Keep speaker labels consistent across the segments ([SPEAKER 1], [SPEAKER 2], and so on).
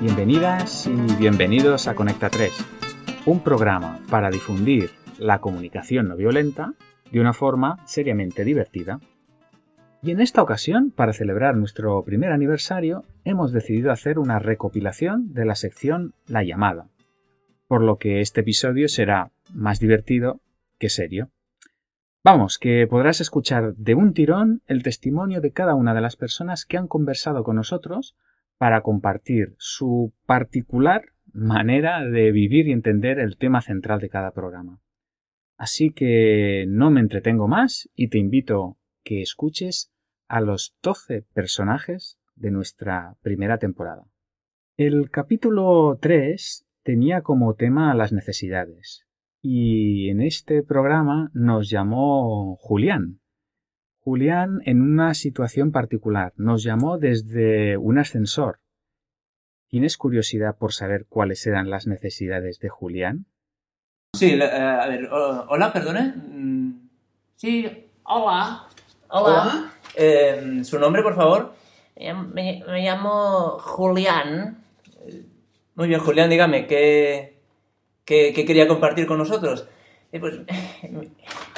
[SPEAKER 1] Bienvenidas y bienvenidos a Conecta 3, un programa para difundir la comunicación no violenta de una forma seriamente divertida. Y en esta ocasión, para celebrar nuestro primer aniversario, hemos decidido hacer una recopilación de la sección La llamada, por lo que este episodio será más divertido que serio. Vamos, que podrás escuchar de un tirón el testimonio de cada una de las personas que han conversado con nosotros para compartir su particular manera de vivir y entender el tema central de cada programa. Así que no me entretengo más y te invito que escuches a los 12 personajes de nuestra primera temporada. El capítulo 3 tenía como tema las necesidades y en este programa nos llamó Julián, Julián en una situación particular. Nos llamó desde un ascensor. ¿Tienes curiosidad por saber cuáles eran las necesidades de Julián?
[SPEAKER 2] Sí, eh, a ver, o- hola, perdone. Mm,
[SPEAKER 3] Sí, hola.
[SPEAKER 2] Hola. Eh, Su nombre, por favor.
[SPEAKER 3] Me, llam- me- me llamo Julián.
[SPEAKER 2] Muy bien, Julián, dígame, ¿qué, qué, qué quería compartir con nosotros?
[SPEAKER 3] Eh, pues,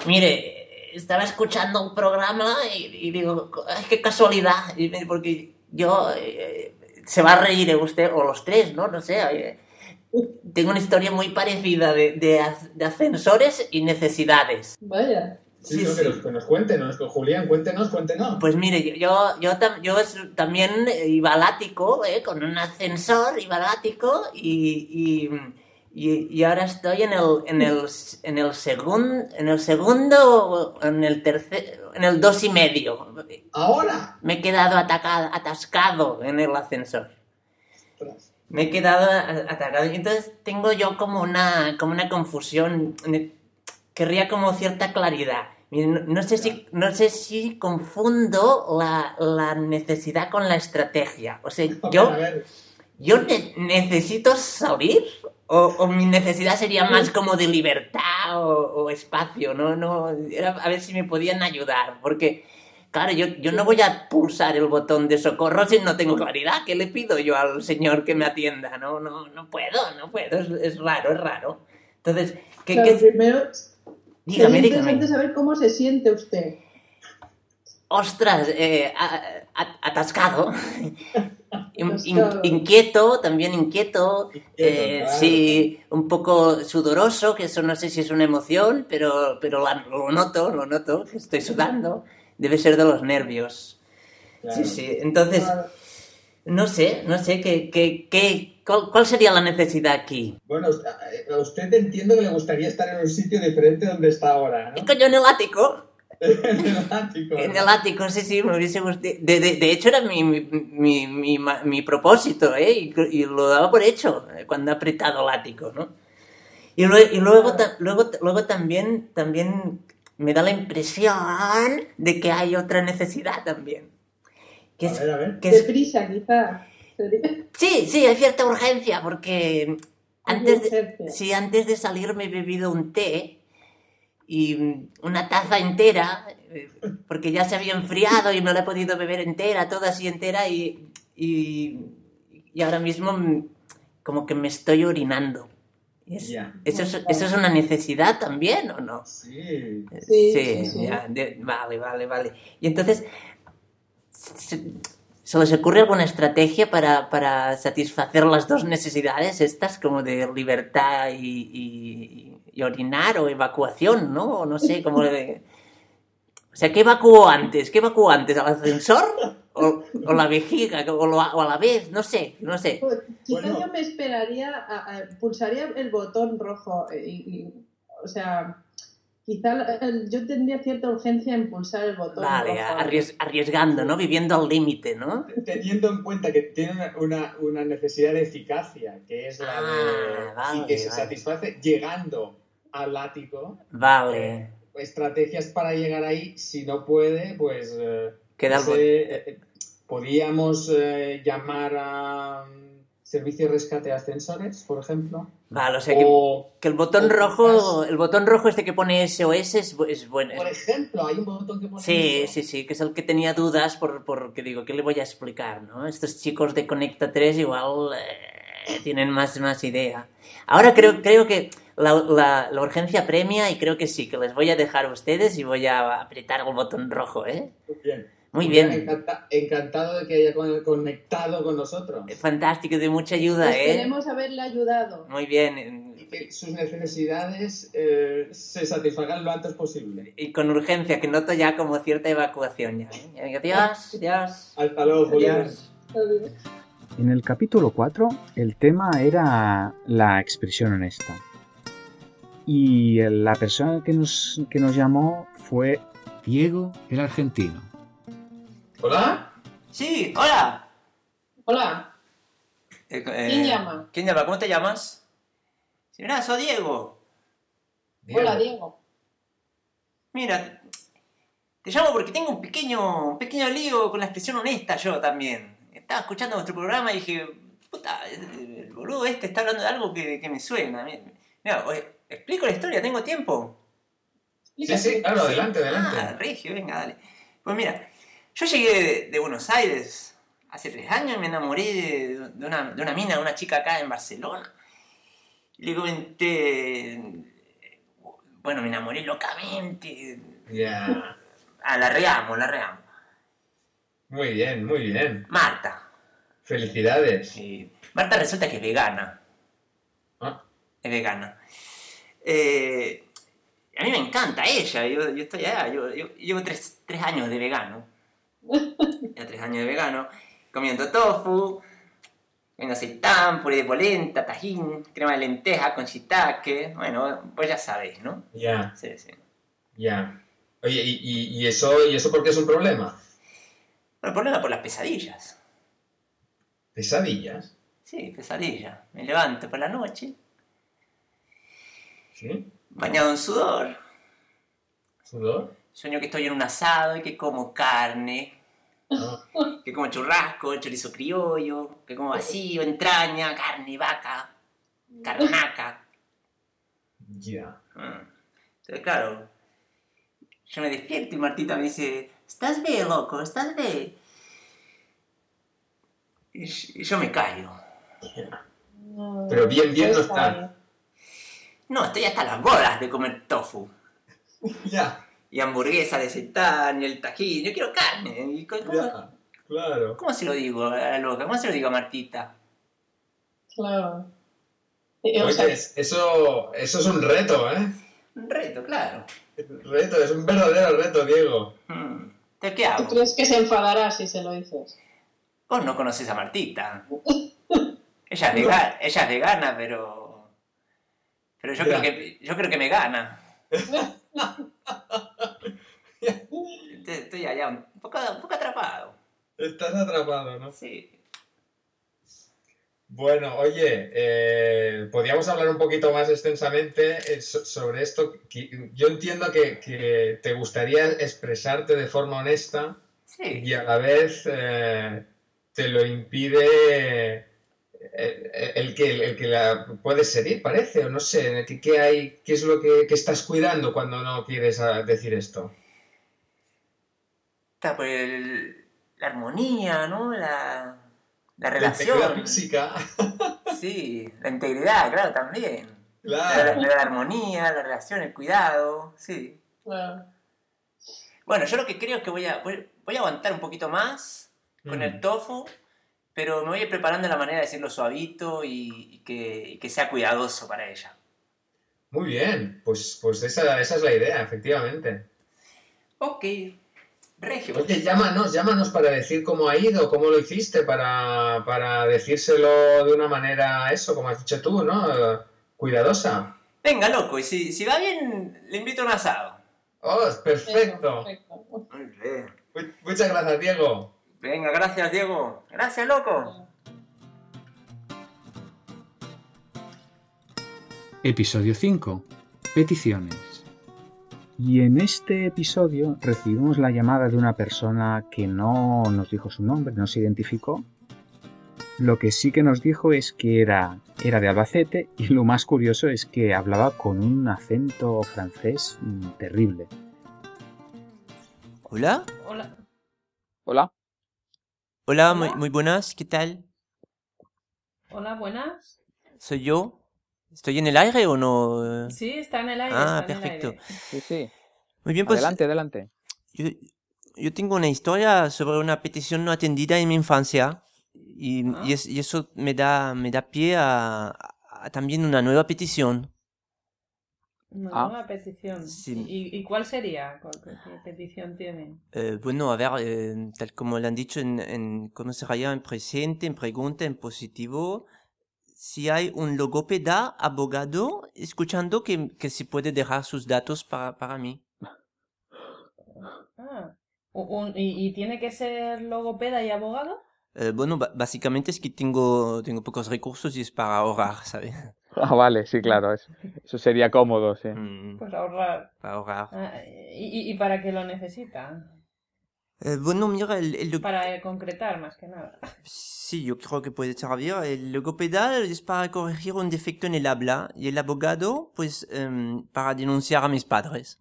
[SPEAKER 3] mire, estaba escuchando un programa y, y digo, "Ay, qué casualidad. Y me- porque yo. eh, se va a reír eh, usted, o los tres, ¿no? No sé. eh, tengo una historia muy parecida de, de as- de ascensores y necesidades.
[SPEAKER 4] Vaya.
[SPEAKER 5] Sí,
[SPEAKER 3] Sí,
[SPEAKER 5] no,
[SPEAKER 3] sí.
[SPEAKER 5] que nos, que nos cuéntenos, que Julián, cuéntenos, cuéntenos.
[SPEAKER 3] Pues mire, yo, yo, yo tam- yo es- también iba al ático, ¿eh? con un ascensor, iba al ático y, y, y- y ahora estoy en el, en el, en el, segun- en el segundo, en el tercero, en el dos y medio.
[SPEAKER 5] ¡Ahora!
[SPEAKER 3] Me he quedado atacado, atascado en el ascensor.
[SPEAKER 5] Ostras.
[SPEAKER 3] Me he quedado a- atacado. Entonces tengo yo como una, como una confusión. Ne- Querría como cierta claridad. Mire, No, no sé, si, no sé si confundo la, la necesidad con la estrategia. O sea,
[SPEAKER 5] A ver,
[SPEAKER 3] yo,
[SPEAKER 5] a ver,
[SPEAKER 3] yo ne- necesito salir o, o mi necesidad sería más como de libertad o, o espacio. No, no, era a ver si me podían ayudar. Porque, claro, yo, yo no voy a pulsar el botón de socorro si no tengo claridad. ¿Qué le pido yo al señor que me atienda? No, no, no puedo, no puedo. Es, es raro, es raro. Entonces, ¿qué,
[SPEAKER 4] Claro,
[SPEAKER 3] qué-
[SPEAKER 4] primero
[SPEAKER 3] dígame,
[SPEAKER 4] sería
[SPEAKER 3] dígame.
[SPEAKER 4] interesante saber cómo se siente usted.
[SPEAKER 3] Ostras, eh, a- a- atascado. In- in-
[SPEAKER 4] Atascado.
[SPEAKER 3] inquieto, también inquieto. eh,
[SPEAKER 5] claro.
[SPEAKER 3] Sí, un poco sudoroso, que eso no sé si es una emoción, pero, pero la- lo noto, lo noto, que estoy sudando. Debe ser de los nervios.
[SPEAKER 5] claro.
[SPEAKER 3] Sí, sí. Entonces,
[SPEAKER 4] Claro.
[SPEAKER 3] no sé, no sé, qué, qué, qué- cuál, cuál sería la necesidad aquí?
[SPEAKER 5] Bueno, a- a usted entiendo que le gustaría estar en un sitio diferente donde está ahora,
[SPEAKER 3] Es
[SPEAKER 5] ¿no?
[SPEAKER 3] que yo en el ático.
[SPEAKER 5] en el ático.
[SPEAKER 3] En el ático, sí, sí, me hubiese gustado. De, de- de hecho, era mi, mi, mi- mi ma- mi propósito, ¿eh? Y, cr- y lo daba por hecho eh, cuando he apretado el ático, ¿no? Y, lue- y luego, ta- luego, luego también, también me da la impresión de que hay otra necesidad también. Que
[SPEAKER 5] A
[SPEAKER 3] es,
[SPEAKER 5] ver, a ver.
[SPEAKER 3] que es-
[SPEAKER 4] Deprisa, quizá. Sería-
[SPEAKER 3] sí, sí, hay cierta urgencia, porque antes de,
[SPEAKER 4] urgencia.
[SPEAKER 3] sí, antes de salir me he bebido un té y mm, una taza entera, eh, porque ya se había enfriado y no la he podido beber entera, toda así entera, y, y, y ahora mismo mm, como que me estoy orinando. Es-
[SPEAKER 5] Ya.
[SPEAKER 3] ¿Eso, es, ¿Eso es una necesidad también o no?
[SPEAKER 5] Sí.
[SPEAKER 4] Sí, sí, sí.
[SPEAKER 3] ya, de- vale, vale, vale. Y entonces, ¿se, se les ocurre alguna estrategia para, para satisfacer las dos necesidades estas, como de libertad y, y- y orinar o evacuación, ¿no? O No sé, como de... O sea, ¿qué evacuó antes? ¿Qué evacuó antes? ¿Al ascensor? ¿O, o la vejiga? O, lo- o a la vez? No sé, no sé.
[SPEAKER 4] Pues, Quizá
[SPEAKER 5] Bueno.
[SPEAKER 4] yo me esperaría, a- a- pulsaría el botón rojo. eh, y- y- o sea, quizá eh, yo tendría cierta urgencia en pulsar el botón
[SPEAKER 3] Vale,
[SPEAKER 4] rojo.
[SPEAKER 3] arries- arriesgando, ¿no? Viviendo al límite, ¿no?
[SPEAKER 5] Teniendo en cuenta que tiene una, una- una necesidad de eficacia, que es la de.
[SPEAKER 3] Ah, vale,
[SPEAKER 5] y que se
[SPEAKER 3] vale.
[SPEAKER 5] satisface llegando al ático.
[SPEAKER 3] Vale.
[SPEAKER 5] Estrategias para llegar ahí, si no puede, pues. eh,
[SPEAKER 3] Queda
[SPEAKER 5] No
[SPEAKER 3] algo...
[SPEAKER 5] sé, eh, eh, podíamos eh, llamar a mm, servicio de rescate de ascensores, por ejemplo.
[SPEAKER 3] Vale, o sea que...
[SPEAKER 5] o,
[SPEAKER 3] Que el botón
[SPEAKER 5] O
[SPEAKER 3] rojo,
[SPEAKER 5] quizás-
[SPEAKER 3] el botón rojo este que pone SOS es, bu- es bueno.
[SPEAKER 5] por ejemplo, hay un botón que pone.
[SPEAKER 3] Sí, sí, sí, que es el que tenía dudas por, por que digo, ¿qué le voy a explicar? ¿no? Estos chicos de Conecta 3 igual eh,
[SPEAKER 2] tienen más, más idea. Ahora creo, creo que la, la- la urgencia premia y creo que sí, que les voy a dejar a ustedes y voy a apretar el botón rojo, ¿eh?
[SPEAKER 1] Muy bien.
[SPEAKER 2] Muy bien.
[SPEAKER 1] Encanta- encantado de que haya con- conectado con nosotros.
[SPEAKER 2] Fantástico, de mucha
[SPEAKER 5] Pues
[SPEAKER 2] ayuda, ¿eh?
[SPEAKER 4] Esperemos Pues haberle ayudado.
[SPEAKER 2] Muy bien.
[SPEAKER 1] Y que sus necesidades eh, se satisfagan lo antes posible.
[SPEAKER 2] Y con urgencia, que noto ya como cierta evacuación ya. ¿eh? Adiós, adiós.
[SPEAKER 1] Hasta luego, Julián.
[SPEAKER 2] Adiós.
[SPEAKER 6] En el capítulo 4 el tema era la expresión honesta. Y la persona que nos, que nos llamó fue Diego el argentino.
[SPEAKER 1] Hola.
[SPEAKER 3] Sí, hola.
[SPEAKER 4] Hola,
[SPEAKER 3] Eh,
[SPEAKER 4] ¿quién
[SPEAKER 3] eh,
[SPEAKER 4] llama?
[SPEAKER 3] ¿Quién llama? ¿Cómo te llamas? Sí, mira, soy Diego.
[SPEAKER 4] Hola, Diego.
[SPEAKER 3] Mira, te llamo porque tengo un pequeño, un pequeño lío con la expresión honesta yo también. Estaba escuchando vuestro programa y dije, puta, el boludo este está hablando de algo que, que me suena. Mira, oye, explico la historia, tengo tiempo.
[SPEAKER 1] Sí, sí, claro, adelante,
[SPEAKER 3] Ah,
[SPEAKER 1] adelante.
[SPEAKER 3] Regio, venga, dale. Pues mira, yo llegué de, de Buenos Aires hace tres años y me enamoré de, de una, de una mina, de una chica acá en Barcelona. Y le comenté. Bueno, me enamoré locamente.
[SPEAKER 1] Ya.
[SPEAKER 3] Ah, la reamo, la reamo.
[SPEAKER 1] Muy bien, muy bien.
[SPEAKER 3] Marta.
[SPEAKER 1] Felicidades.
[SPEAKER 3] Sí. Marta resulta que es vegana.
[SPEAKER 1] Ah.
[SPEAKER 3] Es vegana. Eh, a mí me encanta ella. Yo, yo estoy allá. Yo, yo- llevo tres, tres años de vegano. ya tres años de vegano. Comiendo tofu. Comiendo aceitán, puré de polenta, tajín, crema de lenteja con shiitake. Bueno, pues ya sabéis, ¿no?
[SPEAKER 1] Ya,
[SPEAKER 3] Sí, sí.
[SPEAKER 1] ya. Oye, ¿y, y- y eso, ¿y eso por qué es un problema?
[SPEAKER 3] Bueno, el problema por las pesadillas.
[SPEAKER 1] Pesadillas.
[SPEAKER 3] Sí, pesadilla. Me levanto por la noche,
[SPEAKER 1] ¿Sí?
[SPEAKER 3] bañado en sudor,
[SPEAKER 1] ¿Sudor?
[SPEAKER 3] Sueño que estoy en un asado y que como carne,
[SPEAKER 1] Ah,
[SPEAKER 3] que como churrasco, chorizo criollo, que como vacío, entraña, carne, vaca, carnaca.
[SPEAKER 1] Mm. ya.
[SPEAKER 3] Mm. Entonces, claro, yo me despierto y Martita me dice, ¿estás bien, loco? ¿Estás bien? Y y yo me callo.
[SPEAKER 4] No,
[SPEAKER 1] Pero bien, bien no está.
[SPEAKER 3] No, estoy hasta las bolas de comer tofu.
[SPEAKER 1] Ya,
[SPEAKER 3] Y hamburguesa de aceitán, y el tajín, yo quiero carne. ¿Y co- cómo,
[SPEAKER 1] ya. Claro.
[SPEAKER 3] ¿Cómo se lo digo a la loca? ¿Cómo se lo digo a Martita?
[SPEAKER 4] Claro. Eh, o sea,
[SPEAKER 1] Oye, eso, eso es un reto, ¿eh?
[SPEAKER 3] Un reto, claro.
[SPEAKER 1] Reto, es un verdadero reto, Diego.
[SPEAKER 3] Mm. Entonces, ¿qué
[SPEAKER 4] ¿tú
[SPEAKER 3] hago?
[SPEAKER 4] crees que se enfadará si se lo dices?
[SPEAKER 3] Vos no conoces a Martita. Ella es, vegana, ella es vegana, pero. Pero yo
[SPEAKER 1] Ya.
[SPEAKER 3] creo que yo creo que me gana. Entonces, Estoy allá un poco, un poco atrapado.
[SPEAKER 1] Estás atrapado, ¿no?
[SPEAKER 3] Sí.
[SPEAKER 1] Bueno, oye, eh, podríamos hablar un poquito más extensamente eh, so- sobre esto. Qui- Yo entiendo que, que te gustaría expresarte de forma honesta
[SPEAKER 3] Sí.
[SPEAKER 1] y a la vez eh, te lo impide el, el que, el que la puedes herir, parece, o no sé, ¿qué, qué hay, qué es lo que, que estás cuidando cuando no quieres ah, decir esto?
[SPEAKER 3] Está por el- la armonía, ¿no? La, la
[SPEAKER 1] La integridad
[SPEAKER 3] relación.
[SPEAKER 1] física,
[SPEAKER 3] Sí. La integridad, claro, también. La,
[SPEAKER 1] claro.
[SPEAKER 3] la- la armonía, la relación, el cuidado. Sí.
[SPEAKER 4] Claro.
[SPEAKER 3] Bueno, yo lo que creo es que voy a, voy, voy a aguantar un poquito más con el
[SPEAKER 1] Mm.
[SPEAKER 3] tofu, pero me voy a ir preparando la manera de decirlo suavito y, y que, y que sea cuidadoso para ella.
[SPEAKER 1] Muy bien, pues, pues esa, esa es la idea, efectivamente.
[SPEAKER 3] Ok, Regio.
[SPEAKER 1] Oye, llámanos, llámanos para decir cómo ha ido, cómo lo hiciste, para, para decírselo de una manera, eso, como has dicho tú, ¿no? Eh, Cuidadosa.
[SPEAKER 3] Venga, loco, y si, si va bien, le invito a un asado.
[SPEAKER 1] ¡Oh,
[SPEAKER 4] Eso,
[SPEAKER 1] perfecto!
[SPEAKER 4] perfecto.
[SPEAKER 1] Mu- Muchas gracias, Diego.
[SPEAKER 3] Venga, gracias, Diego. Gracias, loco.
[SPEAKER 6] Episodio 5. Peticiones. Y en este episodio recibimos la llamada de una persona que no nos dijo su nombre, no se identificó. Lo que sí que nos dijo es que era, era de Albacete y lo más curioso es que hablaba con un acento francés mm, terrible.
[SPEAKER 3] Hola,
[SPEAKER 4] Hola.
[SPEAKER 7] Hola,
[SPEAKER 3] hola,
[SPEAKER 4] muy-
[SPEAKER 3] buenas, ¿qué tal?
[SPEAKER 4] Hola, buenas.
[SPEAKER 2] ¿Soy yo? ¿Estoy en el aire o no?
[SPEAKER 4] Sí, está en el aire.
[SPEAKER 2] Ah,
[SPEAKER 4] está en el
[SPEAKER 2] perfecto.
[SPEAKER 4] aire.
[SPEAKER 1] Sí, sí.
[SPEAKER 2] Muy bien, pues
[SPEAKER 1] Adelante, adelante.
[SPEAKER 2] yo, yo tengo una historia sobre una petición no atendida en mi infancia y,
[SPEAKER 4] Ah.
[SPEAKER 2] y es- y eso me da, me da pie a, a también una nueva petición.
[SPEAKER 4] Una
[SPEAKER 1] Ah.
[SPEAKER 4] nueva petición.
[SPEAKER 2] Sí.
[SPEAKER 4] ¿Y, y cuál sería? ¿Cuál- ¿Qué qué petición tiene?
[SPEAKER 2] Eh, bueno, a ver, eh, tal como le han dicho en, en cómo se raya en presente, en pregunta, en positivo, si hay un logopeda abogado escuchando que, que se puede dejar sus datos para, para mí.
[SPEAKER 4] Ah, u- un- y, y tiene que ser logopeda y abogado?
[SPEAKER 2] Eh, bueno, ba- básicamente es que tengo, tengo pocos recursos y es para ahorrar, ¿sabes?
[SPEAKER 1] Ah, vale, sí, claro. es- Eso sería cómodo, sí.
[SPEAKER 2] Mm,
[SPEAKER 4] Pues ahorrar.
[SPEAKER 2] para ahorrar.
[SPEAKER 4] Ah, y, y- y para qué lo necesita?
[SPEAKER 2] Eh, bueno, mira, el, el lo-
[SPEAKER 4] Para eh, concretar, más que nada.
[SPEAKER 2] sí, yo creo que puede servir. El logopeda es para corregir un defecto en el habla y el abogado, pues, em, para denunciar a mis padres.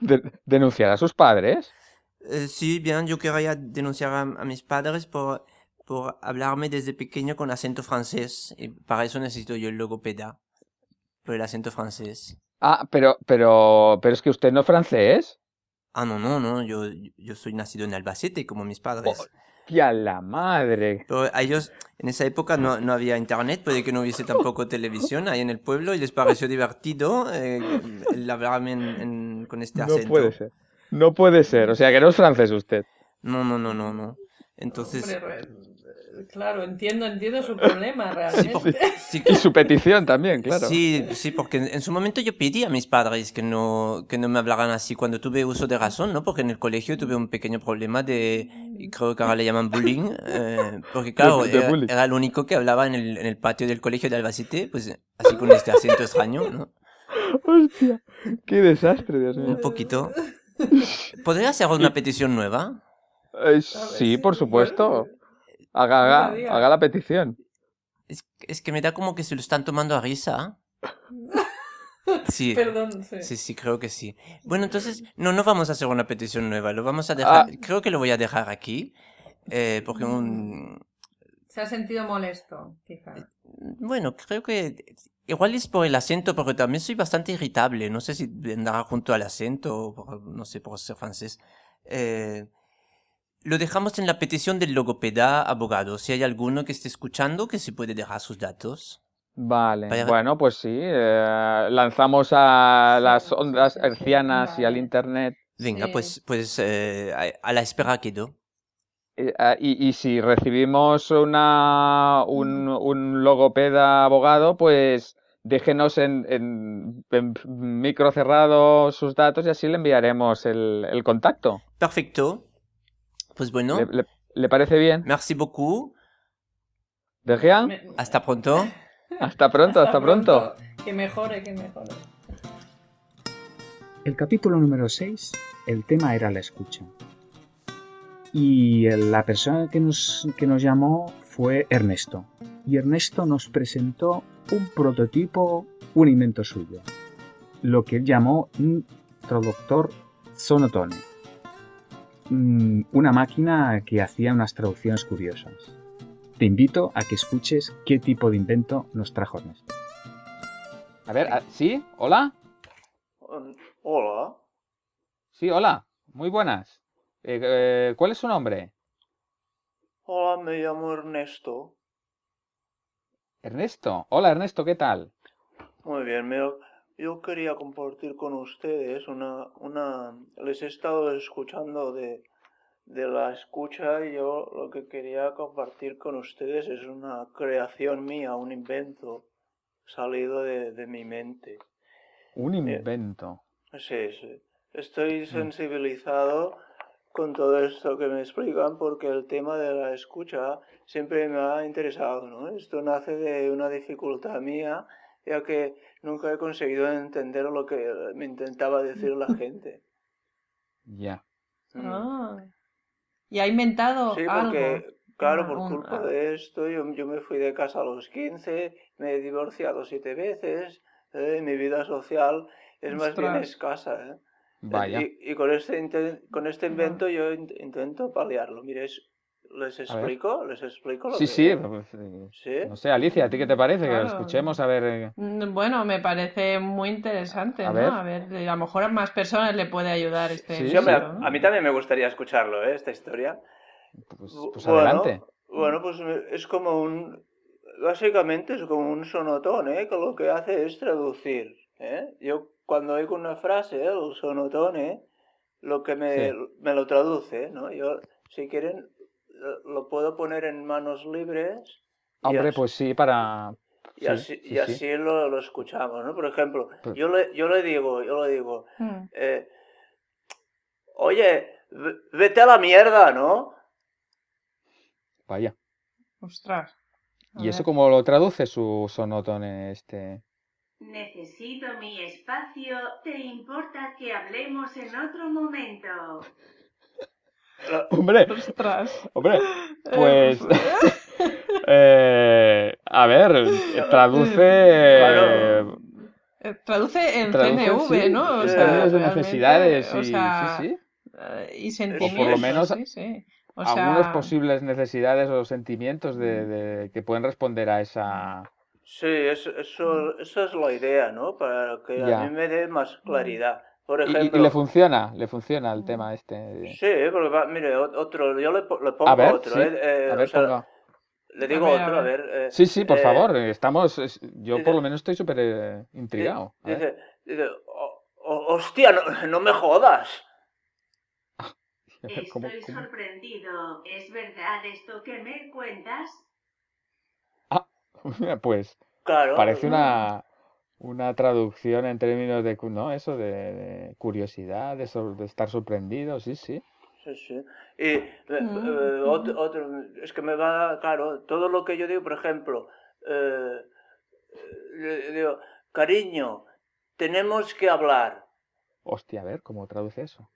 [SPEAKER 1] De- ¿Denunciar a sus padres?
[SPEAKER 2] Eh, sí, bien, yo quería denunciar a, a mis padres por, por hablarme desde pequeño con acento francés. Y para eso necesito yo el logopeda. Por el acento francés.
[SPEAKER 1] Ah, pero, pero, pero es que usted no es francés.
[SPEAKER 2] Ah, no, no, no, yo, yo soy nacido en Albacete, como mis padres.
[SPEAKER 1] ¡Hostia, Oh, la madre!
[SPEAKER 2] Pero a ellos, en esa época no, no había internet, puede que no hubiese tampoco televisión ahí en el pueblo, y les pareció divertido eh, el hablarme en- en- con este
[SPEAKER 1] No
[SPEAKER 2] acento.
[SPEAKER 1] puede ser. No puede ser. O sea, que no es francés usted.
[SPEAKER 2] No, no, no, no, no. Entonces,
[SPEAKER 4] Hombre, re- eh, claro, entiendo, entiendo su problema realmente.
[SPEAKER 2] sí
[SPEAKER 1] Y su petición también, claro.
[SPEAKER 2] Sí, sí, porque en en su momento yo pedí a mis padres que no, que no me hablaran así cuando tuve uso de razón, ¿no? Porque en el colegio tuve un pequeño problema de, y creo que ahora le llaman bullying, eh, porque claro,
[SPEAKER 1] De- de
[SPEAKER 2] era,
[SPEAKER 1] bullying.
[SPEAKER 2] era el único que hablaba en el, en el patio del colegio de Albacete, pues así con este acento extraño, ¿no?
[SPEAKER 1] ¡Hostia! ¡Qué desastre, Dios mío!
[SPEAKER 2] Un poquito. ¿Podría hacer una petición nueva?
[SPEAKER 1] Eh,
[SPEAKER 4] A ver,
[SPEAKER 1] sí, por
[SPEAKER 4] bueno,
[SPEAKER 1] supuesto. Haga, haga-
[SPEAKER 4] no lo diga.
[SPEAKER 1] haga la petición.
[SPEAKER 2] Es, es que me da como que se lo están tomando a risa. Sí.
[SPEAKER 4] Perdón, sí.
[SPEAKER 2] Sí, sí, creo que sí. Bueno, entonces, no, no vamos a hacer una petición nueva, lo vamos a dejar,
[SPEAKER 1] Ah.
[SPEAKER 2] creo que lo voy a dejar aquí, eh, porque un,
[SPEAKER 4] Se ha sentido molesto, quizá.
[SPEAKER 2] bueno, creo que igual es por el acento, porque también soy bastante irritable, no sé si vendrá junto al acento, o por- no sé, por ser francés. Eh, lo dejamos en la petición del logopeda abogado, si hay alguno que esté escuchando que se puede dejar sus datos.
[SPEAKER 1] Vale.
[SPEAKER 2] Vaya-
[SPEAKER 1] Bueno, pues sí. eh, lanzamos a las
[SPEAKER 4] Sí,
[SPEAKER 1] ondas
[SPEAKER 4] sí, sí,
[SPEAKER 1] hercianas y al
[SPEAKER 4] vale.
[SPEAKER 1] internet.
[SPEAKER 2] Venga,
[SPEAKER 4] Sí.
[SPEAKER 2] pues, pues eh, a- a la espera quedo.
[SPEAKER 1] Eh, ah, Y, y si recibimos una, un,
[SPEAKER 4] Mm.
[SPEAKER 1] un logopeda abogado, pues déjenos en, en- en micro cerrado sus datos y así le enviaremos el, el contacto.
[SPEAKER 2] Perfecto. Pues bueno.
[SPEAKER 1] ¿Le, le- le parece bien?
[SPEAKER 2] Merci beaucoup.
[SPEAKER 1] ¿De rien?
[SPEAKER 4] Me-
[SPEAKER 2] Hasta pronto.
[SPEAKER 1] Hasta pronto, hasta pronto.
[SPEAKER 4] Que mejore, que mejore.
[SPEAKER 1] El capítulo número 6, el tema era la escucha. Y el- la persona que nos, que nos llamó fue Ernesto. Y Ernesto nos presentó un prototipo, un invento suyo, lo que él llamó un traductor sonotone. Mm, Una máquina que hacía unas traducciones curiosas. Te invito a que escuches qué tipo de invento nos trajo Ernesto. A ver, ¿sí? ¿Hola?
[SPEAKER 5] Um, Hola,
[SPEAKER 1] Sí, hola, muy buenas. Eh, eh, ¿cuál es su nombre?
[SPEAKER 5] hola, me llamo Ernesto.
[SPEAKER 1] Ernesto. Hola, Ernesto, ¿qué tal?
[SPEAKER 5] Muy bien, mira, yo quería compartir con ustedes una, una, les he estado escuchando de, de la escucha y yo lo que quería compartir con ustedes es una creación mía, un invento salido de, de mi mente.
[SPEAKER 1] Un
[SPEAKER 5] Eh.
[SPEAKER 1] invento.
[SPEAKER 5] Sí, sí.
[SPEAKER 4] Mm.
[SPEAKER 5] Estoy sensibilizado con todo esto que me explican porque el tema de la escucha siempre me ha interesado, ¿no? Esto nace de una dificultad mía, ya que nunca he conseguido entender lo que me intentaba decir la gente.
[SPEAKER 1] Ya.
[SPEAKER 5] Mm.
[SPEAKER 4] Ah. Y ha inventado
[SPEAKER 5] Sí,
[SPEAKER 4] Oh, algo.
[SPEAKER 5] porque, claro, por
[SPEAKER 4] Un-
[SPEAKER 5] culpa
[SPEAKER 4] ah.
[SPEAKER 5] de esto, yo, yo me fui de casa a los 15, me he divorciado siete veces, eh, mi vida social es más bien
[SPEAKER 4] Ostras.
[SPEAKER 5] escasa, ¿eh?
[SPEAKER 1] Vaya.
[SPEAKER 5] Y, y con este, inten- con este
[SPEAKER 4] Ajá.
[SPEAKER 5] invento yo in- intento paliarlo. Mire, es ¿Les explico? ¿Les explico lo
[SPEAKER 1] Sí,
[SPEAKER 5] que
[SPEAKER 1] sí.
[SPEAKER 5] digo?
[SPEAKER 1] pues, eh,
[SPEAKER 5] ¿Sí?
[SPEAKER 1] No sé, Alicia, ¿a ti qué te parece? Que lo
[SPEAKER 4] Claro.
[SPEAKER 1] escuchemos a ver. eh,
[SPEAKER 4] Mm, Bueno, me parece muy interesante,
[SPEAKER 1] A
[SPEAKER 4] ¿no?
[SPEAKER 1] ver.
[SPEAKER 4] A ver, a lo mejor a más personas le puede ayudar este
[SPEAKER 1] Sí,
[SPEAKER 5] Sí, hombre,
[SPEAKER 4] libro, ¿no?
[SPEAKER 5] a, a mí también me gustaría escucharlo, ¿eh? Esta historia.
[SPEAKER 1] Pues,
[SPEAKER 5] Bu-
[SPEAKER 1] pues
[SPEAKER 5] bueno,
[SPEAKER 1] adelante.
[SPEAKER 5] Bueno, pues me- es como un... Básicamente es como un sonotón, ¿eh? Que lo que hace es traducir, ¿eh? Yo cuando oigo una frase, el sonotón, ¿eh? Lo que me,
[SPEAKER 1] Sí.
[SPEAKER 5] me lo traduce, ¿no? Yo, si quieren, lo- lo puedo poner en manos libres. y
[SPEAKER 1] Hombre,
[SPEAKER 5] así-
[SPEAKER 1] pues sí, para.
[SPEAKER 5] y
[SPEAKER 1] sí,
[SPEAKER 5] así,
[SPEAKER 1] sí, Pues
[SPEAKER 5] y
[SPEAKER 1] sí.
[SPEAKER 5] así Lo, lo escuchamos, ¿no? Por ejemplo,
[SPEAKER 1] Pero-
[SPEAKER 5] yo le, yo le digo, yo le digo,
[SPEAKER 4] Mm.
[SPEAKER 5] eh, oye, ve- vete a la mierda, ¿no?
[SPEAKER 1] Vaya.
[SPEAKER 4] Ostras. A
[SPEAKER 1] ¿Y eso
[SPEAKER 4] ver. Eh,
[SPEAKER 1] cómo lo traduce su sonotón este?
[SPEAKER 8] Necesito mi espacio. ¿Te importa que hablemos en otro momento?
[SPEAKER 5] Lo-
[SPEAKER 1] Hombre,
[SPEAKER 4] Ostras.
[SPEAKER 1] hombre,
[SPEAKER 4] Eh,
[SPEAKER 1] pues.
[SPEAKER 4] pues-
[SPEAKER 1] eh, a ver, traduce.
[SPEAKER 5] Claro.
[SPEAKER 4] Eh, Traduce en
[SPEAKER 1] traduce,
[SPEAKER 4] CNV,
[SPEAKER 1] sí,
[SPEAKER 4] ¿no? O
[SPEAKER 1] en
[SPEAKER 4] sea,
[SPEAKER 1] términos de
[SPEAKER 4] realmente,
[SPEAKER 1] necesidades y,
[SPEAKER 4] o sea,
[SPEAKER 1] sí, sí.
[SPEAKER 4] eh, y
[SPEAKER 5] O
[SPEAKER 4] sentimientos.
[SPEAKER 5] por lo
[SPEAKER 1] menos
[SPEAKER 4] sí, sí. O
[SPEAKER 1] algunas
[SPEAKER 4] sea,
[SPEAKER 1] posibles necesidades o sentimientos de, de- que pueden responder a esa...
[SPEAKER 5] Sí, es- eso,
[SPEAKER 4] Mm.
[SPEAKER 5] esa es la idea, ¿no? Para que
[SPEAKER 1] Ya.
[SPEAKER 5] a mí me dé más claridad. Por
[SPEAKER 1] Y- Y, y
[SPEAKER 5] ejemplo,
[SPEAKER 1] le funciona, le funciona el tema este. de-
[SPEAKER 5] sí, porque va- mire, o- otro, yo le, po- le pongo
[SPEAKER 1] ver,
[SPEAKER 5] otro,
[SPEAKER 1] sí.
[SPEAKER 5] ¿eh? Eh,
[SPEAKER 1] A
[SPEAKER 5] o
[SPEAKER 1] ver,
[SPEAKER 5] sea,
[SPEAKER 1] ponga-
[SPEAKER 5] le digo
[SPEAKER 4] ver, a
[SPEAKER 5] otro, a ver. eh,
[SPEAKER 1] Sí, sí, por
[SPEAKER 5] eh,
[SPEAKER 1] favor, estamos... es- Yo por
[SPEAKER 5] dice-
[SPEAKER 1] lo menos estoy súper eh,
[SPEAKER 5] di-
[SPEAKER 1] intrigado. A ver.
[SPEAKER 5] Dice, dice, "O- o- hostia, no, no me jodas.
[SPEAKER 1] A ver,
[SPEAKER 8] Estoy
[SPEAKER 1] ¿cómo- cómo?
[SPEAKER 8] sorprendido. ¿Es verdad esto que me cuentas?
[SPEAKER 1] Pues
[SPEAKER 5] Claro.
[SPEAKER 1] parece una, una traducción en términos de, cu- ¿no? Eso, de, de curiosidad, de, sor- de estar sorprendido, sí, sí.
[SPEAKER 5] Sí, sí. Y eh,
[SPEAKER 4] Mm,
[SPEAKER 5] eh,
[SPEAKER 4] ujú.
[SPEAKER 5] ot- otro, es que me va, claro, todo lo que yo digo, por ejemplo, eh, eh, digo, cariño, tenemos que hablar.
[SPEAKER 1] Hostia, a ver, ¿cómo traduce eso?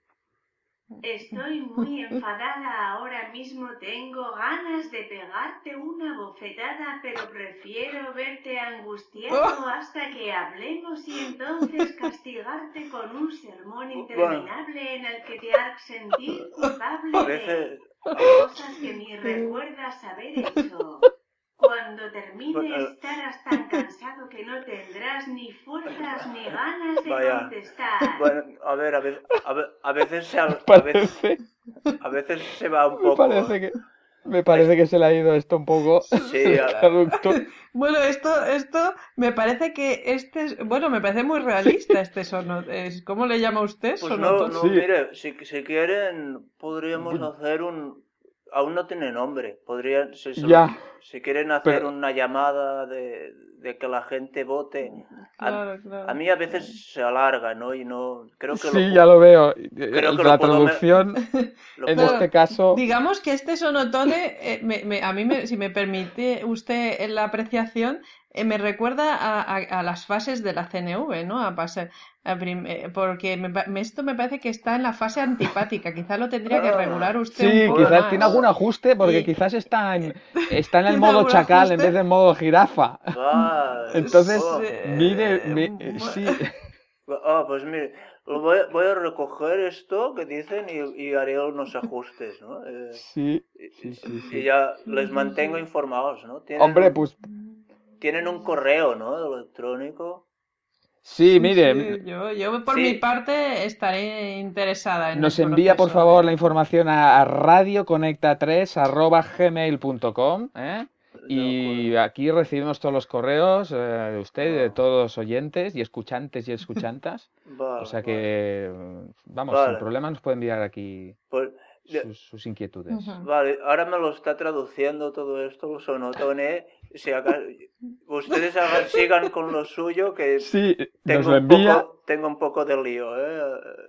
[SPEAKER 8] Estoy muy enfadada ahora mismo. Tengo ganas de pegarte una bofetada, pero prefiero verte angustiado hasta que hablemos y entonces castigarte con un sermón interminable en el que te harás sentir
[SPEAKER 5] A
[SPEAKER 8] culpable de
[SPEAKER 5] veces,
[SPEAKER 8] cosas que ni recuerdas haber hecho. Cuando
[SPEAKER 5] Bueno, eh.
[SPEAKER 8] termines estarás tan cansado que no tendrás ni fuerzas ni ganas de
[SPEAKER 5] Vaya.
[SPEAKER 8] contestar.
[SPEAKER 5] bueno, a ver, a ver, a ve- a veces se, hab- a veces,
[SPEAKER 1] Parece...
[SPEAKER 5] a veces se va un
[SPEAKER 1] Me
[SPEAKER 5] poco.
[SPEAKER 1] parece que, me parece que se le ha ido esto un poco
[SPEAKER 5] Sí, a-
[SPEAKER 1] traductor.
[SPEAKER 4] Bueno, esto, esto me parece que este es, bueno, me parece muy realista este sono, es- ¿cómo le llama usted?
[SPEAKER 5] Pues no,
[SPEAKER 4] Sonotón.
[SPEAKER 5] no,
[SPEAKER 1] Sí.
[SPEAKER 5] mire, si, si quieren, podríamos
[SPEAKER 1] Bu-
[SPEAKER 5] hacer un... Aún no tiene nombre, podrían... Si, se lo-
[SPEAKER 1] Ya.
[SPEAKER 5] si quieren hacer
[SPEAKER 1] Pero-
[SPEAKER 5] una llamada de, de que la gente vote... A,
[SPEAKER 4] Claro, claro.
[SPEAKER 5] a mí a veces se alarga, ¿no? Y no... Creo que
[SPEAKER 1] Sí,
[SPEAKER 5] lo,
[SPEAKER 1] ya lo veo.
[SPEAKER 5] que
[SPEAKER 1] Eh, La
[SPEAKER 5] lo puedo me-
[SPEAKER 1] traducción
[SPEAKER 5] lo
[SPEAKER 1] en
[SPEAKER 5] puedo-
[SPEAKER 1] este caso.
[SPEAKER 4] Digamos que este sonotone, eh, me- me- a mí, me- si me permite usted la apreciación, eh, me recuerda a, a- a las fases de la CNV, ¿no? A pase- a prim- eh, porque me pa- me- esto me parece que está en la fase antipática. Quizá lo tendría que
[SPEAKER 5] Ah,
[SPEAKER 4] regular usted un
[SPEAKER 1] Sí,
[SPEAKER 4] poco
[SPEAKER 1] quizás
[SPEAKER 4] más.
[SPEAKER 1] tiene algún ajuste porque
[SPEAKER 4] Y-
[SPEAKER 1] quizás está en, está en el
[SPEAKER 4] Tiene
[SPEAKER 1] modo
[SPEAKER 4] algún
[SPEAKER 1] chacal en
[SPEAKER 4] ajuste.
[SPEAKER 1] vez del modo jirafa.
[SPEAKER 5] Va,
[SPEAKER 1] Entonces,
[SPEAKER 5] oh,
[SPEAKER 1] mire,
[SPEAKER 4] Eh,
[SPEAKER 1] mi-
[SPEAKER 4] bu-
[SPEAKER 1] sí,
[SPEAKER 5] va- ah, pues mire, lo voy, a- voy a recoger esto que dicen y, y haré unos ajustes, ¿no? Eh,
[SPEAKER 1] sí,
[SPEAKER 5] y,
[SPEAKER 1] sí, sí,
[SPEAKER 5] y
[SPEAKER 1] sí.
[SPEAKER 5] ya
[SPEAKER 4] Sí,
[SPEAKER 5] les
[SPEAKER 4] sí,
[SPEAKER 5] mantengo
[SPEAKER 4] sí.
[SPEAKER 5] informados, ¿no? Tienen
[SPEAKER 1] Hombre,
[SPEAKER 5] un-
[SPEAKER 1] pues
[SPEAKER 5] Tienen un correo, ¿no? Electrónico.
[SPEAKER 1] sí,
[SPEAKER 4] sí,
[SPEAKER 1] mire,
[SPEAKER 4] sí, yo, yo por
[SPEAKER 5] Sí.
[SPEAKER 4] mi parte estaré interesada en
[SPEAKER 1] nos
[SPEAKER 4] el
[SPEAKER 1] envía por
[SPEAKER 4] proceso
[SPEAKER 1] favor
[SPEAKER 4] de-
[SPEAKER 1] la información a radioconecta3@gmail.com, ¿eh?
[SPEAKER 5] De
[SPEAKER 1] Y
[SPEAKER 5] acuerdo.
[SPEAKER 1] aquí recibimos todos los correos eh, de usted, y de
[SPEAKER 5] Wow.
[SPEAKER 1] todos los oyentes y escuchantes y escuchantas.
[SPEAKER 5] Vale,
[SPEAKER 1] O sea
[SPEAKER 5] vale.
[SPEAKER 1] que, eh, vamos,
[SPEAKER 5] Vale.
[SPEAKER 1] sin problema nos puede enviar aquí
[SPEAKER 5] Pues, de-
[SPEAKER 1] sus, sus inquietudes.
[SPEAKER 4] Ujú.
[SPEAKER 5] vale, ahora me lo está traduciendo todo esto, los sonotones. Si acá- ustedes hagan- sigan con lo suyo, que
[SPEAKER 1] Sí, nos
[SPEAKER 5] tengo,
[SPEAKER 1] lo
[SPEAKER 5] un
[SPEAKER 1] envía.
[SPEAKER 5] poco, tengo un poco de lío, ¿eh?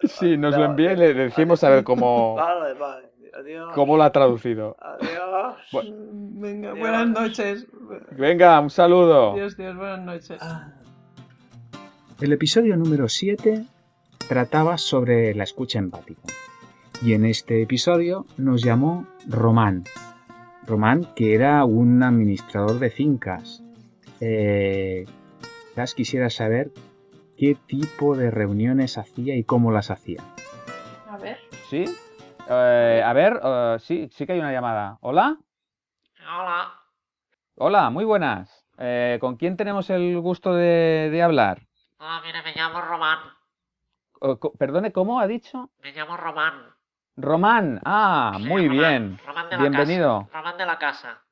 [SPEAKER 1] Sí, nos lo
[SPEAKER 5] Vale,
[SPEAKER 1] envía y le decimos a ver cómo,
[SPEAKER 5] Vale, vale. Adiós.
[SPEAKER 1] cómo lo ha traducido.
[SPEAKER 5] Adiós.
[SPEAKER 1] Bueno.
[SPEAKER 4] Venga,
[SPEAKER 5] Adiós.
[SPEAKER 4] buenas noches.
[SPEAKER 1] Venga, un saludo.
[SPEAKER 4] Dios, Dios, buenas noches.
[SPEAKER 5] Ah.
[SPEAKER 9] El episodio número 7 trataba sobre la escucha empática. Y en este episodio nos llamó Román. Román, que era un administrador de fincas. Eh, quizás quisiera saber qué tipo de reuniones hacía y cómo las hacía.
[SPEAKER 4] A ver.
[SPEAKER 1] ¿Sí? Eh, a ver, eh, sí, sí que hay una llamada. ¿Hola?
[SPEAKER 3] Hola,
[SPEAKER 1] Hola, muy buenas. Eh, ¿con quién tenemos el gusto de, de hablar?
[SPEAKER 3] hola, Ah, mira, me llamo Román.
[SPEAKER 1] O- co- perdone, ¿cómo ha dicho?
[SPEAKER 3] Me llamo Román.
[SPEAKER 1] Román. Ah,
[SPEAKER 3] Sí,
[SPEAKER 1] muy
[SPEAKER 3] Román,
[SPEAKER 1] bien.
[SPEAKER 3] Román de la
[SPEAKER 1] Bienvenido.
[SPEAKER 3] Casa. Román de la casa.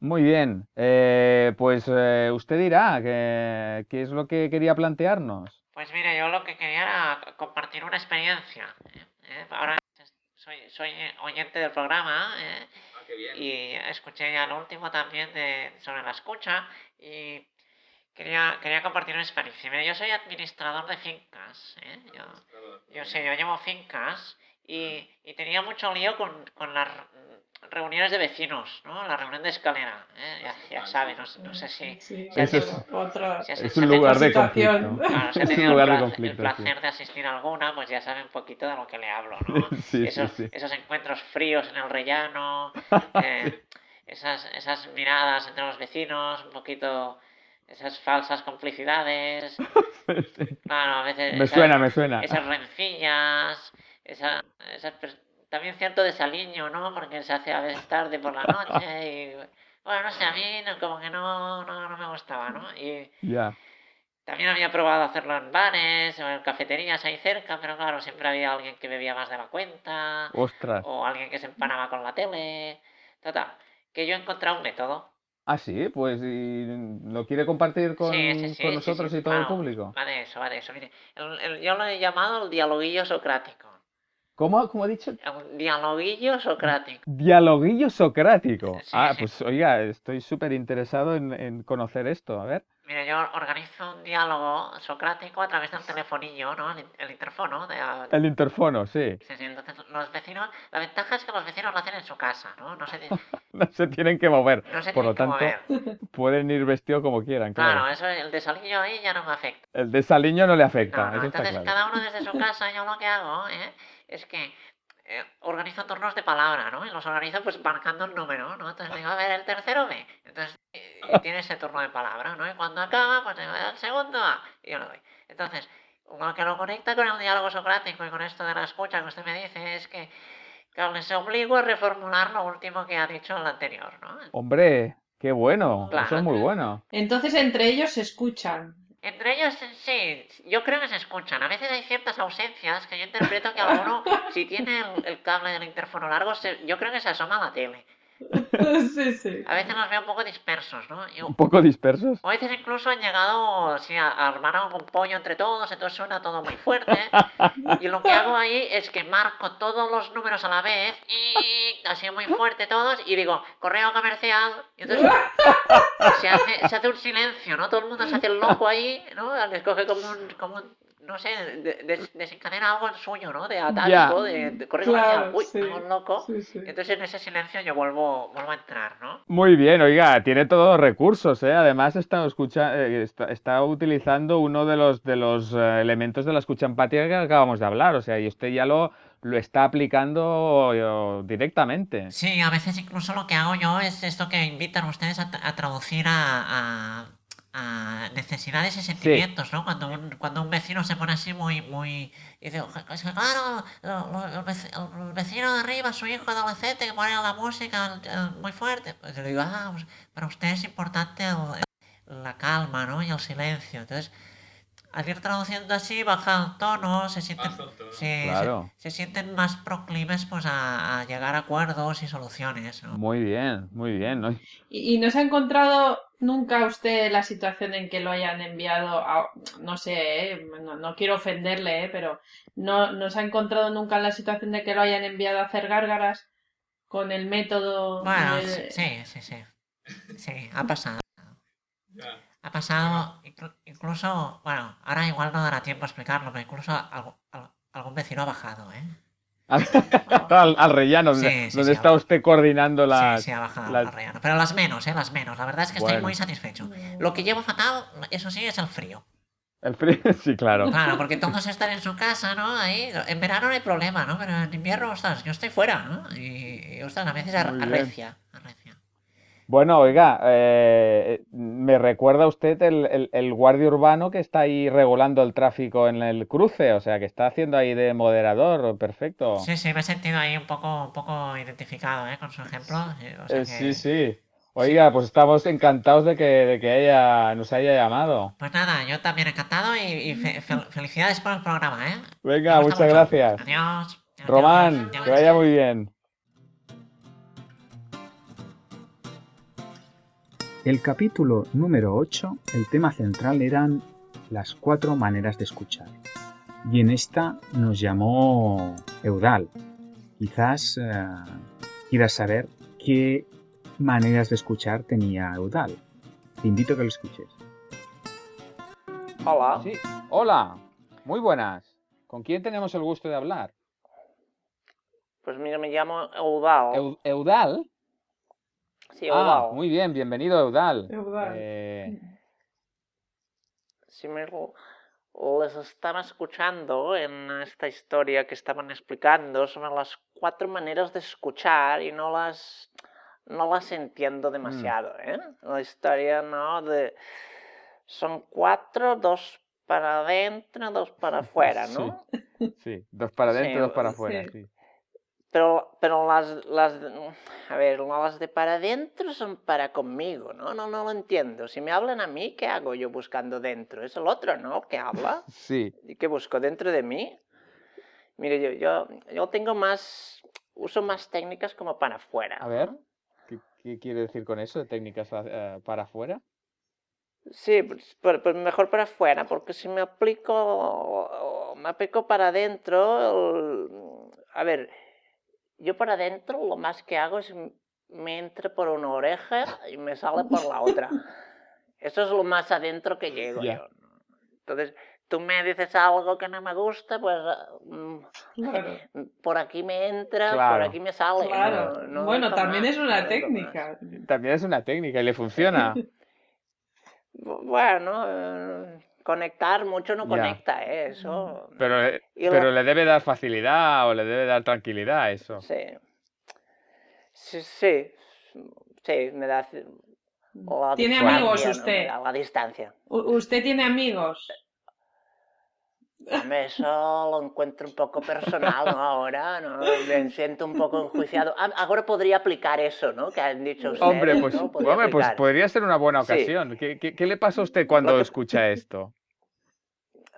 [SPEAKER 1] Muy bien. Eh, pues eh, usted dirá que- qué es lo que quería plantearnos.
[SPEAKER 3] Pues mira, yo lo que quería era c- compartir una experiencia. ¿eh? ¿eh? Ahora es- soy, soy eh, oyente del programa ¿eh? y escuché ya el último también de, sobre la escucha y quería, quería compartir una experiencia. Mira, yo soy administrador de fincas. ¿eh? Yo, yo sé, yo llevo fincas y, y tenía mucho lío con, con las mm, reuniones de vecinos, ¿no? La reunión de escalera, ¿eh? ya, ya sabe, no, sé- no sé si...
[SPEAKER 4] Sí,
[SPEAKER 3] si
[SPEAKER 1] Eso
[SPEAKER 3] alguien-
[SPEAKER 1] es-
[SPEAKER 4] otra.
[SPEAKER 3] si has-
[SPEAKER 1] Es
[SPEAKER 3] si
[SPEAKER 1] un
[SPEAKER 3] has hecho
[SPEAKER 1] lugar de
[SPEAKER 4] situación.
[SPEAKER 1] conflicto.
[SPEAKER 3] Claro, si ha
[SPEAKER 1] Es un
[SPEAKER 3] tenido el
[SPEAKER 1] lugar de
[SPEAKER 3] placer, el
[SPEAKER 1] conflicto. sí.
[SPEAKER 3] placer de asistir a alguna, pues ya sabe un poquito de lo que le hablo, ¿no?
[SPEAKER 1] Sí, sí,
[SPEAKER 3] esos,
[SPEAKER 1] sí.
[SPEAKER 3] esos encuentros fríos en el rellano, eh, esas, esas miradas entre los vecinos, un poquito esas falsas complicidades, claro, a veces
[SPEAKER 1] Me
[SPEAKER 3] esas,
[SPEAKER 1] suena, me suena.
[SPEAKER 3] esas rencillas, esa, esas pers- también cierto desaliño, ¿no? Porque se hace a veces tarde por la noche y, bueno, no sé, a mí no- como que no, no, no me gustaba, ¿no? Y,
[SPEAKER 1] Ya.
[SPEAKER 3] también había probado hacerlo en bares o en cafeterías ahí cerca, pero claro, siempre había alguien que bebía más de la cuenta
[SPEAKER 1] Ostras.
[SPEAKER 3] o alguien que se empanaba con la tele. Total, que yo he encontrado un método.
[SPEAKER 1] Ah, sí, pues ¿y lo quiere compartir con,
[SPEAKER 3] Sí, sí, sí,
[SPEAKER 1] con
[SPEAKER 3] sí,
[SPEAKER 1] nosotros
[SPEAKER 3] sí,
[SPEAKER 1] y todo el
[SPEAKER 3] claro.
[SPEAKER 1] público.
[SPEAKER 3] Va de eso, va de eso. Mire, el- el- yo lo he llamado el dialoguillo socrático.
[SPEAKER 1] ¿Cómo, cómo ha dicho?
[SPEAKER 3] El dialoguillo socrático.
[SPEAKER 1] Dialoguillo socrático.
[SPEAKER 3] Sí,
[SPEAKER 1] Ah,
[SPEAKER 3] sí.
[SPEAKER 1] pues oiga, estoy súper interesado en, en conocer esto. A ver.
[SPEAKER 3] Mira, yo organizo un diálogo socrático a través del telefonillo, ¿no? El, el interfono de,
[SPEAKER 1] El interfono, sí.
[SPEAKER 3] Sí, sí, entonces los vecinos, la ventaja es que los vecinos lo hacen en su casa, ¿no? No se,
[SPEAKER 1] No se tienen que mover.
[SPEAKER 3] no se
[SPEAKER 1] Por lo
[SPEAKER 3] tienen que
[SPEAKER 1] tanto,
[SPEAKER 3] mover.
[SPEAKER 1] pueden ir vestidos como quieran, claro.
[SPEAKER 3] Claro, eso, el desaliño ahí ya no me afecta.
[SPEAKER 1] El desaliño no le
[SPEAKER 3] No,
[SPEAKER 1] afecta,
[SPEAKER 3] no,
[SPEAKER 1] eso está
[SPEAKER 3] entonces
[SPEAKER 1] claro.
[SPEAKER 3] cada uno desde su casa, yo lo que hago ¿eh? es que eh, organizo turnos de palabra, ¿no? Y los organizo pues marcando el número, ¿no? Entonces digo, a ver, el tercero B. Entonces eh, y tiene ese turno de palabra, ¿no? Y cuando acaba, pues digo, el segundo A. Y yo lo doy. Entonces, lo que lo conecta con el diálogo socrático y con esto de la escucha que usted me dice es que, claro, les obligo a reformular lo último que ha dicho el anterior, ¿no?
[SPEAKER 1] Hombre, qué bueno. Eso
[SPEAKER 3] Claro.
[SPEAKER 1] es muy bueno.
[SPEAKER 4] Entonces entre ellos se escuchan.
[SPEAKER 3] Entre ellos sí, yo creo que se escuchan. A veces hay ciertas ausencias que yo interpreto que alguno, si tiene el, el cable del interfono largo, se- yo creo que se asoma a la tele.
[SPEAKER 4] sí, sí.
[SPEAKER 3] A veces los veo un poco dispersos, ¿no? Y-
[SPEAKER 1] Un poco dispersos.
[SPEAKER 3] o a veces incluso han llegado sí, a, a armar algún pollo entre todos, entonces suena todo muy fuerte. Y lo que hago ahí es que marco todos los números a la vez, y así muy fuerte todos, y digo, correo comercial. Y entonces se hace, se hace un silencio, ¿no? Todo el mundo se hace el loco ahí, ¿no? Les coge como un, como un- no sé, de- de- desencadena algo en suyo, ¿no? De atávico, de, de correo comercial.
[SPEAKER 4] Claro,
[SPEAKER 3] Uy,
[SPEAKER 4] sí.
[SPEAKER 3] me hago el loco.
[SPEAKER 4] Sí, sí.
[SPEAKER 3] Entonces en ese silencio yo vuelvo, vuelvo a entrar, ¿no?
[SPEAKER 1] Muy bien, oiga, tiene todos los recursos, ¿eh? Además está, escucha, eh, está, está utilizando uno de los, de los eh, elementos de la escucha empática que acabamos de hablar, o sea, y usted ya lo, lo está aplicando eh, directamente.
[SPEAKER 3] Sí, a veces incluso lo que hago yo es esto que invitan ustedes a, tra- a traducir a, a- a necesidades y sentimientos, ¿no? Cuando un, cuando un vecino se pone así muy, muy... Y dice, "Oje, es que claro, lo- lo- el, vec- el vecino de arriba, su hijo adolescente que pone la música eh, muy fuerte. Pues yo le digo, ah, pues para usted es importante el- el- la calma, ¿no? Y el silencio. Entonces, al ir traduciendo así, baja el tono, se sienten, sí, se,
[SPEAKER 1] Claro.
[SPEAKER 3] se sienten más proclives pues, a, a llegar a acuerdos y soluciones. ¿no?
[SPEAKER 1] Muy bien, muy bien. ¿no?
[SPEAKER 4] ¿Y, y no se ha encontrado nunca usted la situación en que lo hayan enviado a, no sé, eh, no, no quiero ofenderle, eh, pero no, no se ha encontrado nunca la situación de que lo hayan enviado a hacer gárgaras con el método
[SPEAKER 3] Bueno, sí,
[SPEAKER 4] de-
[SPEAKER 3] sí, sí, sí. Sí, ha pasado. Ha pasado, inclu- incluso, bueno, ahora igual no dará tiempo a explicarlo, pero incluso algu- al- algún vecino ha bajado, ¿eh?
[SPEAKER 1] Al, al rellano,
[SPEAKER 3] Sí,
[SPEAKER 1] donde,
[SPEAKER 3] sí,
[SPEAKER 1] donde
[SPEAKER 3] sí,
[SPEAKER 1] está
[SPEAKER 3] ahora.
[SPEAKER 1] usted coordinando
[SPEAKER 3] Sí,
[SPEAKER 1] las...
[SPEAKER 3] sí, ha bajado
[SPEAKER 1] las-
[SPEAKER 3] la reana. Pero las menos, ¿eh? Las menos. La verdad es que estoy
[SPEAKER 1] Bueno.
[SPEAKER 3] muy satisfecho. Lo que llevo fatal, eso sí, es el frío.
[SPEAKER 1] el frío, sí, claro.
[SPEAKER 3] Claro, porque todos están en su casa, ¿no? Ahí, en verano no hay problema, ¿no? Pero en invierno, ostras, yo estoy fuera, ¿no? Y, y, ostras, a veces ar-
[SPEAKER 1] Muy bien.
[SPEAKER 3] arrecia, arrecia.
[SPEAKER 1] Bueno, oiga, eh, me recuerda usted el, el- el guardia urbano que está ahí regulando el tráfico en el cruce, o sea, que está haciendo ahí de moderador, perfecto.
[SPEAKER 10] Sí, sí, me he sentido ahí un poco, un poco identificado, ¿eh? Con su ejemplo. eh, o sea
[SPEAKER 1] Eh,
[SPEAKER 10] que-
[SPEAKER 1] sí, sí. Oiga, pues estamos encantados de que, de que haya, nos haya llamado.
[SPEAKER 10] Pues nada, yo también encantado y, y fe- fel- felicidades por el programa, ¿eh?
[SPEAKER 1] Venga,
[SPEAKER 10] Me gusta
[SPEAKER 1] muchas
[SPEAKER 10] mucho.
[SPEAKER 1] gracias.
[SPEAKER 10] Adiós.
[SPEAKER 1] Román, que vaya muy bien.
[SPEAKER 11] El capítulo número 8, el tema central eran las cuatro maneras de escuchar. Y en esta nos llamó Eudal. Quizás eh, quieras saber qué maneras de escuchar tenía Eudal. Te invito a que lo escuches.
[SPEAKER 1] Hola. hola. Muy buenas. ¿Con quién tenemos el gusto de hablar?
[SPEAKER 3] Pues mira, me llamo Eudal.
[SPEAKER 1] Eu- ¿Eudal?
[SPEAKER 3] Sí,
[SPEAKER 1] Ah,
[SPEAKER 3] Eudal.
[SPEAKER 1] muy bien, bienvenido Eudal.
[SPEAKER 3] Eudal.
[SPEAKER 1] Eh,
[SPEAKER 3] Si me lo- les estaba escuchando en esta historia que estaban explicando sobre las cuatro maneras de escuchar y no las, no las
[SPEAKER 1] Mm.
[SPEAKER 3] entiendo demasiado, ¿eh? La historia, ¿no? De, son cuatro, dos para adentro, dos para afuera, ¿no?
[SPEAKER 1] sí, dos para
[SPEAKER 3] Sí,
[SPEAKER 1] adentro, dos para afuera.
[SPEAKER 3] sí.
[SPEAKER 1] sí.
[SPEAKER 3] Pero, pero las, las, de- a ver, las de para adentro son para conmigo, ¿no? No, no lo entiendo. Si me hablan a mí, ¿qué hago yo buscando dentro? Es el otro, ¿no? Que habla.
[SPEAKER 1] Sí.
[SPEAKER 3] ¿Y qué busco dentro de mí? Mire, yo, yo, yo tengo más, uso más técnicas como para afuera.
[SPEAKER 1] A ver, ¿qué, qué quiere decir con eso? ¿Técnicas eh, para afuera?
[SPEAKER 3] Sí, pues, pero- pero mejor para afuera, porque si me aplico, o- o me aplico para adentro, el- a ver, yo para adentro lo más que hago es m- me entra por una oreja y me sale por la otra. Eso es lo más adentro que llego
[SPEAKER 1] Ya.
[SPEAKER 3] yo. Entonces, tú me dices algo que no me gusta, pues ah, mm,
[SPEAKER 4] Claro.
[SPEAKER 3] por aquí me entra, por
[SPEAKER 1] Claro.
[SPEAKER 3] aquí me sale. no-
[SPEAKER 4] Claro.
[SPEAKER 3] no
[SPEAKER 4] bueno,
[SPEAKER 3] entro
[SPEAKER 4] también
[SPEAKER 3] más,
[SPEAKER 4] es
[SPEAKER 3] no
[SPEAKER 4] una
[SPEAKER 3] entro más.
[SPEAKER 4] técnica.
[SPEAKER 1] También es una técnica y le funciona.
[SPEAKER 3] Bu- Bueno, eh, conectar mucho no
[SPEAKER 1] Ya.
[SPEAKER 3] conecta, ¿eh? Eso.
[SPEAKER 1] Pero, eh,
[SPEAKER 3] Y la-
[SPEAKER 1] pero le debe dar facilidad o le debe dar tranquilidad eso.
[SPEAKER 3] Sí. Sí, sí. Sí, me da. ci- la
[SPEAKER 4] Tiene
[SPEAKER 3] distancia,
[SPEAKER 4] amigos
[SPEAKER 3] ¿no?
[SPEAKER 4] usted.
[SPEAKER 3] Me da la distancia.
[SPEAKER 4] U- ¿Usted tiene amigos?
[SPEAKER 3] Hombre, eso lo encuentro un poco personal, ¿no? Ahora, ¿no? Me siento un poco enjuiciado. Ah, Ahora podría aplicar eso, ¿no? Que han dicho ustedes,
[SPEAKER 1] Hombre, pues,
[SPEAKER 3] ¿no? Podría
[SPEAKER 1] hombre, pues
[SPEAKER 3] aplicar.
[SPEAKER 1] podría ser una buena
[SPEAKER 3] Sí.
[SPEAKER 1] ocasión. ¿Qué, qué- qué le pasa a usted cuando escucha esto?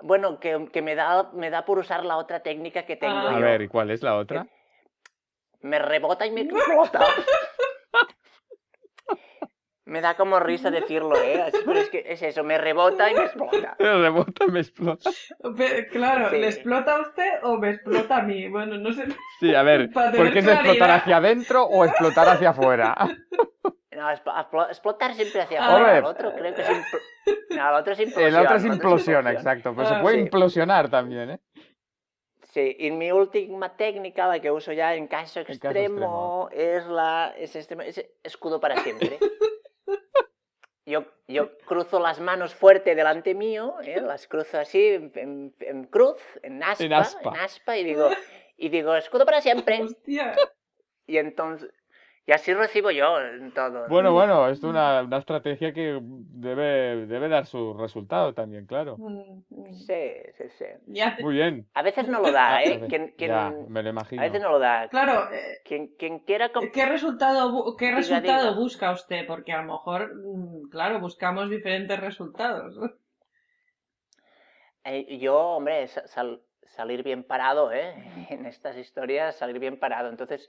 [SPEAKER 3] Bueno, que, que me, da, me da por usar la otra técnica que tengo
[SPEAKER 1] A
[SPEAKER 3] yo.
[SPEAKER 1] ver, ¿y cuál
[SPEAKER 3] Eh,
[SPEAKER 1] es la otra?
[SPEAKER 3] Me rebota y me explota. Me da como risa decirlo, ¿eh? Así, Pero es que es eso, me rebota y me explota.
[SPEAKER 1] El rebota me explota.
[SPEAKER 4] Pe- claro,
[SPEAKER 3] Sí.
[SPEAKER 4] ¿le explota a usted o me explota a mí? Bueno, no sé.
[SPEAKER 1] Sí, a ver,
[SPEAKER 4] Para
[SPEAKER 1] ¿por
[SPEAKER 4] tener
[SPEAKER 1] qué es explotar
[SPEAKER 4] claridad.
[SPEAKER 1] hacia adentro o explotar hacia afuera?
[SPEAKER 3] No, es- aplo- explotar siempre hacia
[SPEAKER 1] Ah,
[SPEAKER 3] afuera. El
[SPEAKER 1] hombre.
[SPEAKER 3] otro creo que es impl- No, el otro es implosión.
[SPEAKER 1] El otro es
[SPEAKER 3] el
[SPEAKER 1] implosión, exacto. Pero se
[SPEAKER 3] Ah,
[SPEAKER 1] puede
[SPEAKER 3] sí.
[SPEAKER 1] implosionar también, ¿eh?
[SPEAKER 3] Sí, y mi última técnica, la que uso ya en caso
[SPEAKER 1] caso
[SPEAKER 3] extremo, es la es este- es escudo para siempre. Yo, yo cruzo las manos fuerte delante mío, ¿eh? las cruzo así, en, en- en cruz, en aspa, en aspa,
[SPEAKER 1] aspa.
[SPEAKER 3] y digo, y digo, escudo para siempre.
[SPEAKER 4] Hostia.
[SPEAKER 3] Y entonces, y así recibo yo en todo. ¿no?
[SPEAKER 1] Bueno, bueno, es una, una estrategia que debe, debe dar su resultado también, claro.
[SPEAKER 3] Sí, sí, sí.
[SPEAKER 4] Mm, Ya.
[SPEAKER 1] Muy bien.
[SPEAKER 3] A veces no lo da,
[SPEAKER 1] Ah,
[SPEAKER 3] ¿eh?
[SPEAKER 1] perfecto.
[SPEAKER 3] Quien- quien-
[SPEAKER 1] Ya, me lo
[SPEAKER 3] a veces
[SPEAKER 1] imagino.
[SPEAKER 3] no lo da.
[SPEAKER 4] Claro, eh,
[SPEAKER 3] Quien, quien quiera... comp-
[SPEAKER 4] ¿Qué resultado, bu- qué
[SPEAKER 3] Diga,
[SPEAKER 4] resultado
[SPEAKER 3] diga.
[SPEAKER 4] busca usted? Porque a lo mejor, mm, claro, buscamos diferentes resultados.
[SPEAKER 3] Eh, Yo, hombre, sa- sal- salir bien parado, ¿eh? En estas historias, salir bien parado. Entonces,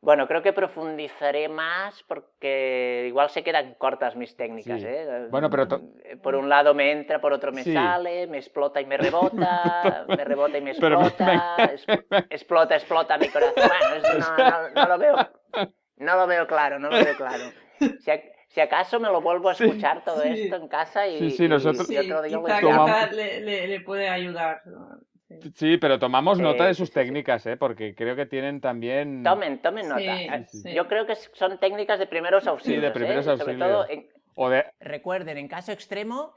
[SPEAKER 3] bueno, creo que profundizaré más porque igual se quedan cortas mis técnicas,
[SPEAKER 1] Sí.
[SPEAKER 3] ¿eh?
[SPEAKER 1] Bueno, pero to-
[SPEAKER 3] Eh, Por un lado me entra, por otro me
[SPEAKER 1] Sí.
[SPEAKER 3] sale, me explota y me rebota, me rebota y me
[SPEAKER 1] Pero me-
[SPEAKER 3] explota, expl- explota, explota mi corazón. Bueno, es- no, no- no lo veo, no lo veo claro, no lo veo claro. Si, ac- si acaso me lo vuelvo a
[SPEAKER 1] Sí,
[SPEAKER 3] escuchar todo
[SPEAKER 4] sí.
[SPEAKER 3] esto en casa y,
[SPEAKER 1] Sí, sí,
[SPEAKER 3] y-
[SPEAKER 1] nosotros-
[SPEAKER 3] y
[SPEAKER 4] Sí,
[SPEAKER 3] otro pues día lo
[SPEAKER 4] quizá,
[SPEAKER 1] Toma-
[SPEAKER 4] quizá le, le- le puede ayudar. ¿no?
[SPEAKER 1] Sí, pero tomamos
[SPEAKER 3] Sí,
[SPEAKER 1] nota de
[SPEAKER 3] sí,
[SPEAKER 1] sus
[SPEAKER 3] sí, sí.
[SPEAKER 1] técnicas, ¿eh? Porque creo que tienen también...
[SPEAKER 3] Tomen, tomen nota.
[SPEAKER 4] Sí,
[SPEAKER 3] Eh,
[SPEAKER 4] sí.
[SPEAKER 3] Yo creo que s- son técnicas de primeros auxilios. ¿eh?
[SPEAKER 1] primeros
[SPEAKER 3] Sobre todo,
[SPEAKER 1] auxilios.
[SPEAKER 3] en-
[SPEAKER 1] O de...
[SPEAKER 3] recuerden, en caso extremo,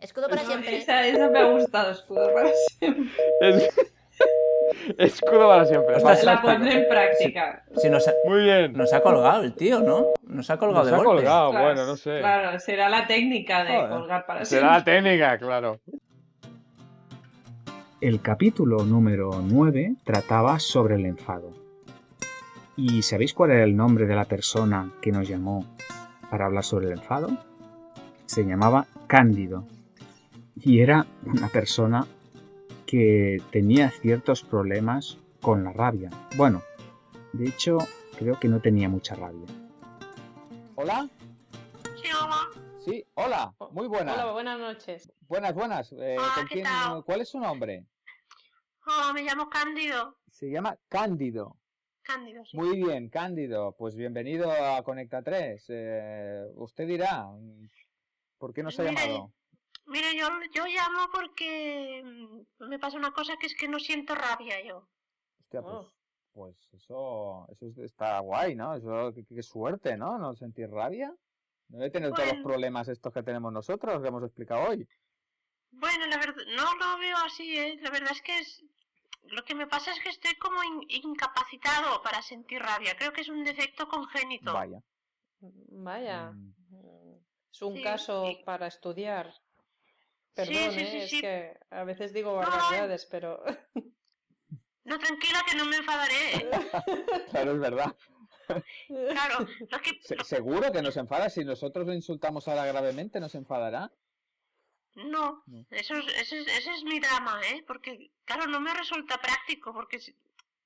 [SPEAKER 3] escudo para
[SPEAKER 4] No,
[SPEAKER 3] siempre.
[SPEAKER 4] esa, esa me ha gustado, escudo para siempre.
[SPEAKER 1] es-
[SPEAKER 12] Escudo para siempre.
[SPEAKER 4] Ostras, La pondré en práctica.
[SPEAKER 2] Sí, nos ha,
[SPEAKER 12] Muy bien.
[SPEAKER 2] Nos ha colgado el tío, ¿no? Nos ha colgado
[SPEAKER 12] Nos
[SPEAKER 2] de
[SPEAKER 12] ha
[SPEAKER 2] golpe.
[SPEAKER 12] colgado,
[SPEAKER 4] Claro,
[SPEAKER 12] bueno, no sé.
[SPEAKER 4] Claro, será la técnica de
[SPEAKER 2] Joder.
[SPEAKER 4] colgar para
[SPEAKER 12] Será la
[SPEAKER 4] siempre.
[SPEAKER 12] técnica, claro.
[SPEAKER 1] El capítulo número 9 trataba sobre el enfado. ¿Y sabéis cuál era el nombre de la persona que nos llamó para hablar sobre el enfado? Se llamaba Cándido. Y era una persona que tenía ciertos problemas con la rabia. Bueno, de hecho, creo que no tenía mucha rabia.
[SPEAKER 13] ¿Hola?
[SPEAKER 14] Sí, hola.
[SPEAKER 13] Sí, hola, muy buenas.
[SPEAKER 4] Hola, buenas noches.
[SPEAKER 13] Buenas, buenas. Eh,
[SPEAKER 14] Hola,
[SPEAKER 13] ¿con
[SPEAKER 14] Ah, ¿qué
[SPEAKER 13] quién-
[SPEAKER 14] tal?
[SPEAKER 13] ¿Cuál es su nombre?
[SPEAKER 14] Hola, me llamo Cándido.
[SPEAKER 13] Se llama Cándido.
[SPEAKER 14] Cándido, sí.
[SPEAKER 13] Muy bien, Cándido. Pues bienvenido a Conecta 3. usted dirá, mm, ¿por qué nos ha
[SPEAKER 14] Mira, eh,
[SPEAKER 13] llamado?
[SPEAKER 14] Mira, yo, yo llamo porque mm, me pasa una cosa que es que no siento rabia yo.
[SPEAKER 13] Hostia,
[SPEAKER 14] oh.
[SPEAKER 13] pues, pues eso, eso es- está guay, ¿no? Eso, qué, qué suerte, ¿no? No sentir rabia. No de tener todos los
[SPEAKER 14] Bueno.
[SPEAKER 13] problemas estos que tenemos nosotros, que hemos explicado hoy.
[SPEAKER 14] Bueno, la verdad, no lo veo así, ¿eh? La verdad es que es... Lo que me pasa es que estoy como in- incapacitado para sentir rabia. Creo que es un defecto congénito.
[SPEAKER 13] Vaya.
[SPEAKER 4] Vaya.
[SPEAKER 13] Mm,
[SPEAKER 4] Es un
[SPEAKER 14] Sí,
[SPEAKER 4] caso
[SPEAKER 14] sí.
[SPEAKER 4] para estudiar.
[SPEAKER 14] Sí,
[SPEAKER 4] Perdón,
[SPEAKER 14] sí,
[SPEAKER 4] ¿eh?
[SPEAKER 14] sí,
[SPEAKER 4] es
[SPEAKER 14] sí.
[SPEAKER 4] que a veces digo
[SPEAKER 14] no. eh.
[SPEAKER 4] barbaridades, pero
[SPEAKER 14] No, tranquila, que no me enfadaré. ¿eh?
[SPEAKER 13] Claro, es verdad.
[SPEAKER 14] Claro, lo que...
[SPEAKER 13] Se- seguro que nos enfada. Si nosotros lo insultamos ahora gravemente, nos enfadará.
[SPEAKER 14] No,
[SPEAKER 13] No.
[SPEAKER 14] eso es, ese, es, ese es mi drama, ¿eh? Porque, claro, no me resulta práctico, porque si-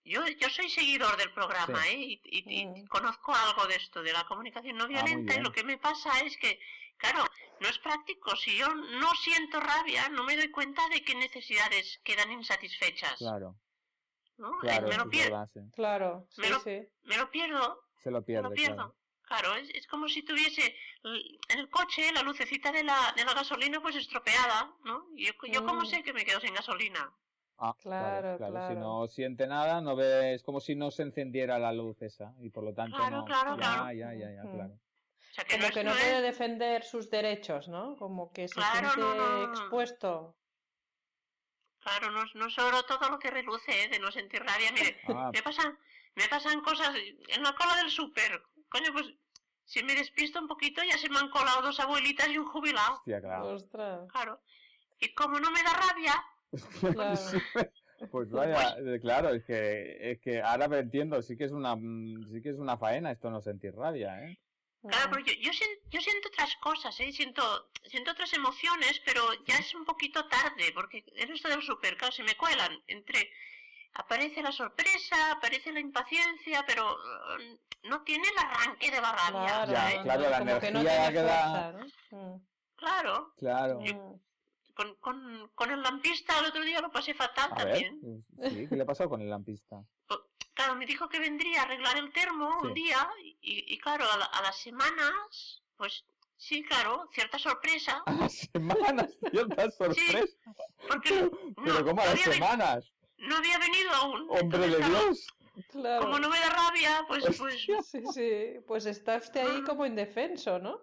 [SPEAKER 14] yo, yo soy seguidor del programa, ¿eh? Y, y- y
[SPEAKER 4] Mm.
[SPEAKER 14] conozco algo de esto, de la comunicación no violenta, y
[SPEAKER 13] Ah, bien.
[SPEAKER 14] lo que me pasa es que, claro, no es práctico. Si yo no siento rabia, no me doy cuenta de qué necesidades quedan insatisfechas,
[SPEAKER 13] Claro,
[SPEAKER 14] ¿no? Eh,
[SPEAKER 13] claro,
[SPEAKER 14] me,
[SPEAKER 13] eso es
[SPEAKER 14] lo pierdo,
[SPEAKER 13] verdad, sí.
[SPEAKER 4] claro, sí,
[SPEAKER 14] Pero-
[SPEAKER 4] sí.
[SPEAKER 14] me lo pierdo,
[SPEAKER 13] Se lo
[SPEAKER 14] me
[SPEAKER 13] pierde,
[SPEAKER 14] lo pierdo.
[SPEAKER 13] claro.
[SPEAKER 14] Claro, es, es como si tuviese l- en el coche la lucecita de la, de la gasolina pues estropeada, ¿no? Y Yo, yo cómo
[SPEAKER 4] Mm.
[SPEAKER 14] sé que me quedo sin gasolina.
[SPEAKER 13] Ah,
[SPEAKER 4] Claro,
[SPEAKER 13] Si
[SPEAKER 4] claro.
[SPEAKER 13] no siente nada, no ve, es como si no se encendiera la luz esa y por lo tanto
[SPEAKER 14] Claro,
[SPEAKER 13] no.
[SPEAKER 14] claro,
[SPEAKER 13] ya,
[SPEAKER 14] claro.
[SPEAKER 13] ya, ya, ya,
[SPEAKER 4] Ujú.
[SPEAKER 13] claro.
[SPEAKER 14] O sea, que
[SPEAKER 4] Como
[SPEAKER 14] no,
[SPEAKER 4] que
[SPEAKER 14] es,
[SPEAKER 4] no
[SPEAKER 14] no es-
[SPEAKER 4] puede defender sus derechos, ¿no? Como que se
[SPEAKER 14] Claro, no,
[SPEAKER 4] siente
[SPEAKER 14] no, no.
[SPEAKER 4] expuesto.
[SPEAKER 14] claro, no, no es oro todo lo que reluce, ¿eh? De no sentir rabia. Mire,
[SPEAKER 13] Ah,
[SPEAKER 14] me pasan, me pasan cosas en la cola del súper. Coño, pues si me despisto un poquito ya se me han colado dos abuelitas y un jubilado,
[SPEAKER 13] hostia, claro.
[SPEAKER 4] Ostras,
[SPEAKER 14] claro. Y como no me da rabia,
[SPEAKER 4] claro.
[SPEAKER 13] Pues vaya, eh, claro, es que, es que ahora me entiendo, sí que es una mm, sí que es una faena esto no sentir rabia, ¿eh?
[SPEAKER 14] Claro, pero yo, yo, sien- yo siento otras cosas, ¿eh? siento, siento otras emociones, pero ya es un poquito tarde, porque en esto del super, claro, se me cuelan. Entre aparece la sorpresa, aparece la impaciencia, pero eh, no tiene el arranque de la rabia.
[SPEAKER 4] Claro,
[SPEAKER 13] Ya,
[SPEAKER 14] ¿eh?
[SPEAKER 4] no,
[SPEAKER 13] claro,
[SPEAKER 4] no,
[SPEAKER 13] la
[SPEAKER 4] como que no
[SPEAKER 13] energía
[SPEAKER 4] tiene
[SPEAKER 13] que da-
[SPEAKER 4] fuerza, ¿no?
[SPEAKER 14] Claro, Eh,
[SPEAKER 13] Claro.
[SPEAKER 4] Mm, mm.
[SPEAKER 14] con, con, con el lampista el otro día lo pasé fatal
[SPEAKER 13] A ver,
[SPEAKER 14] Ah,
[SPEAKER 13] pues,
[SPEAKER 14] también.
[SPEAKER 13] sí, ¿qué le ha pasado con el lampista?
[SPEAKER 14] Claro, me dijo que vendría a arreglar el termo
[SPEAKER 13] Sí.
[SPEAKER 14] un día, y, y claro, a, la- a las semanas, pues sí, claro, cierta sorpresa.
[SPEAKER 13] A las semanas, cierta sorpresa.
[SPEAKER 14] Porque no,
[SPEAKER 13] Pero ¿cómo a las
[SPEAKER 14] no había ven-
[SPEAKER 13] semanas?
[SPEAKER 14] No había venido aún.
[SPEAKER 13] Hombre de
[SPEAKER 14] Entonces, claro,
[SPEAKER 13] Dios.
[SPEAKER 4] Claro.
[SPEAKER 14] Como no me da rabia, pues, pues Ah.
[SPEAKER 4] Sí, sí. Pues está usted ahí como indefenso, ¿no?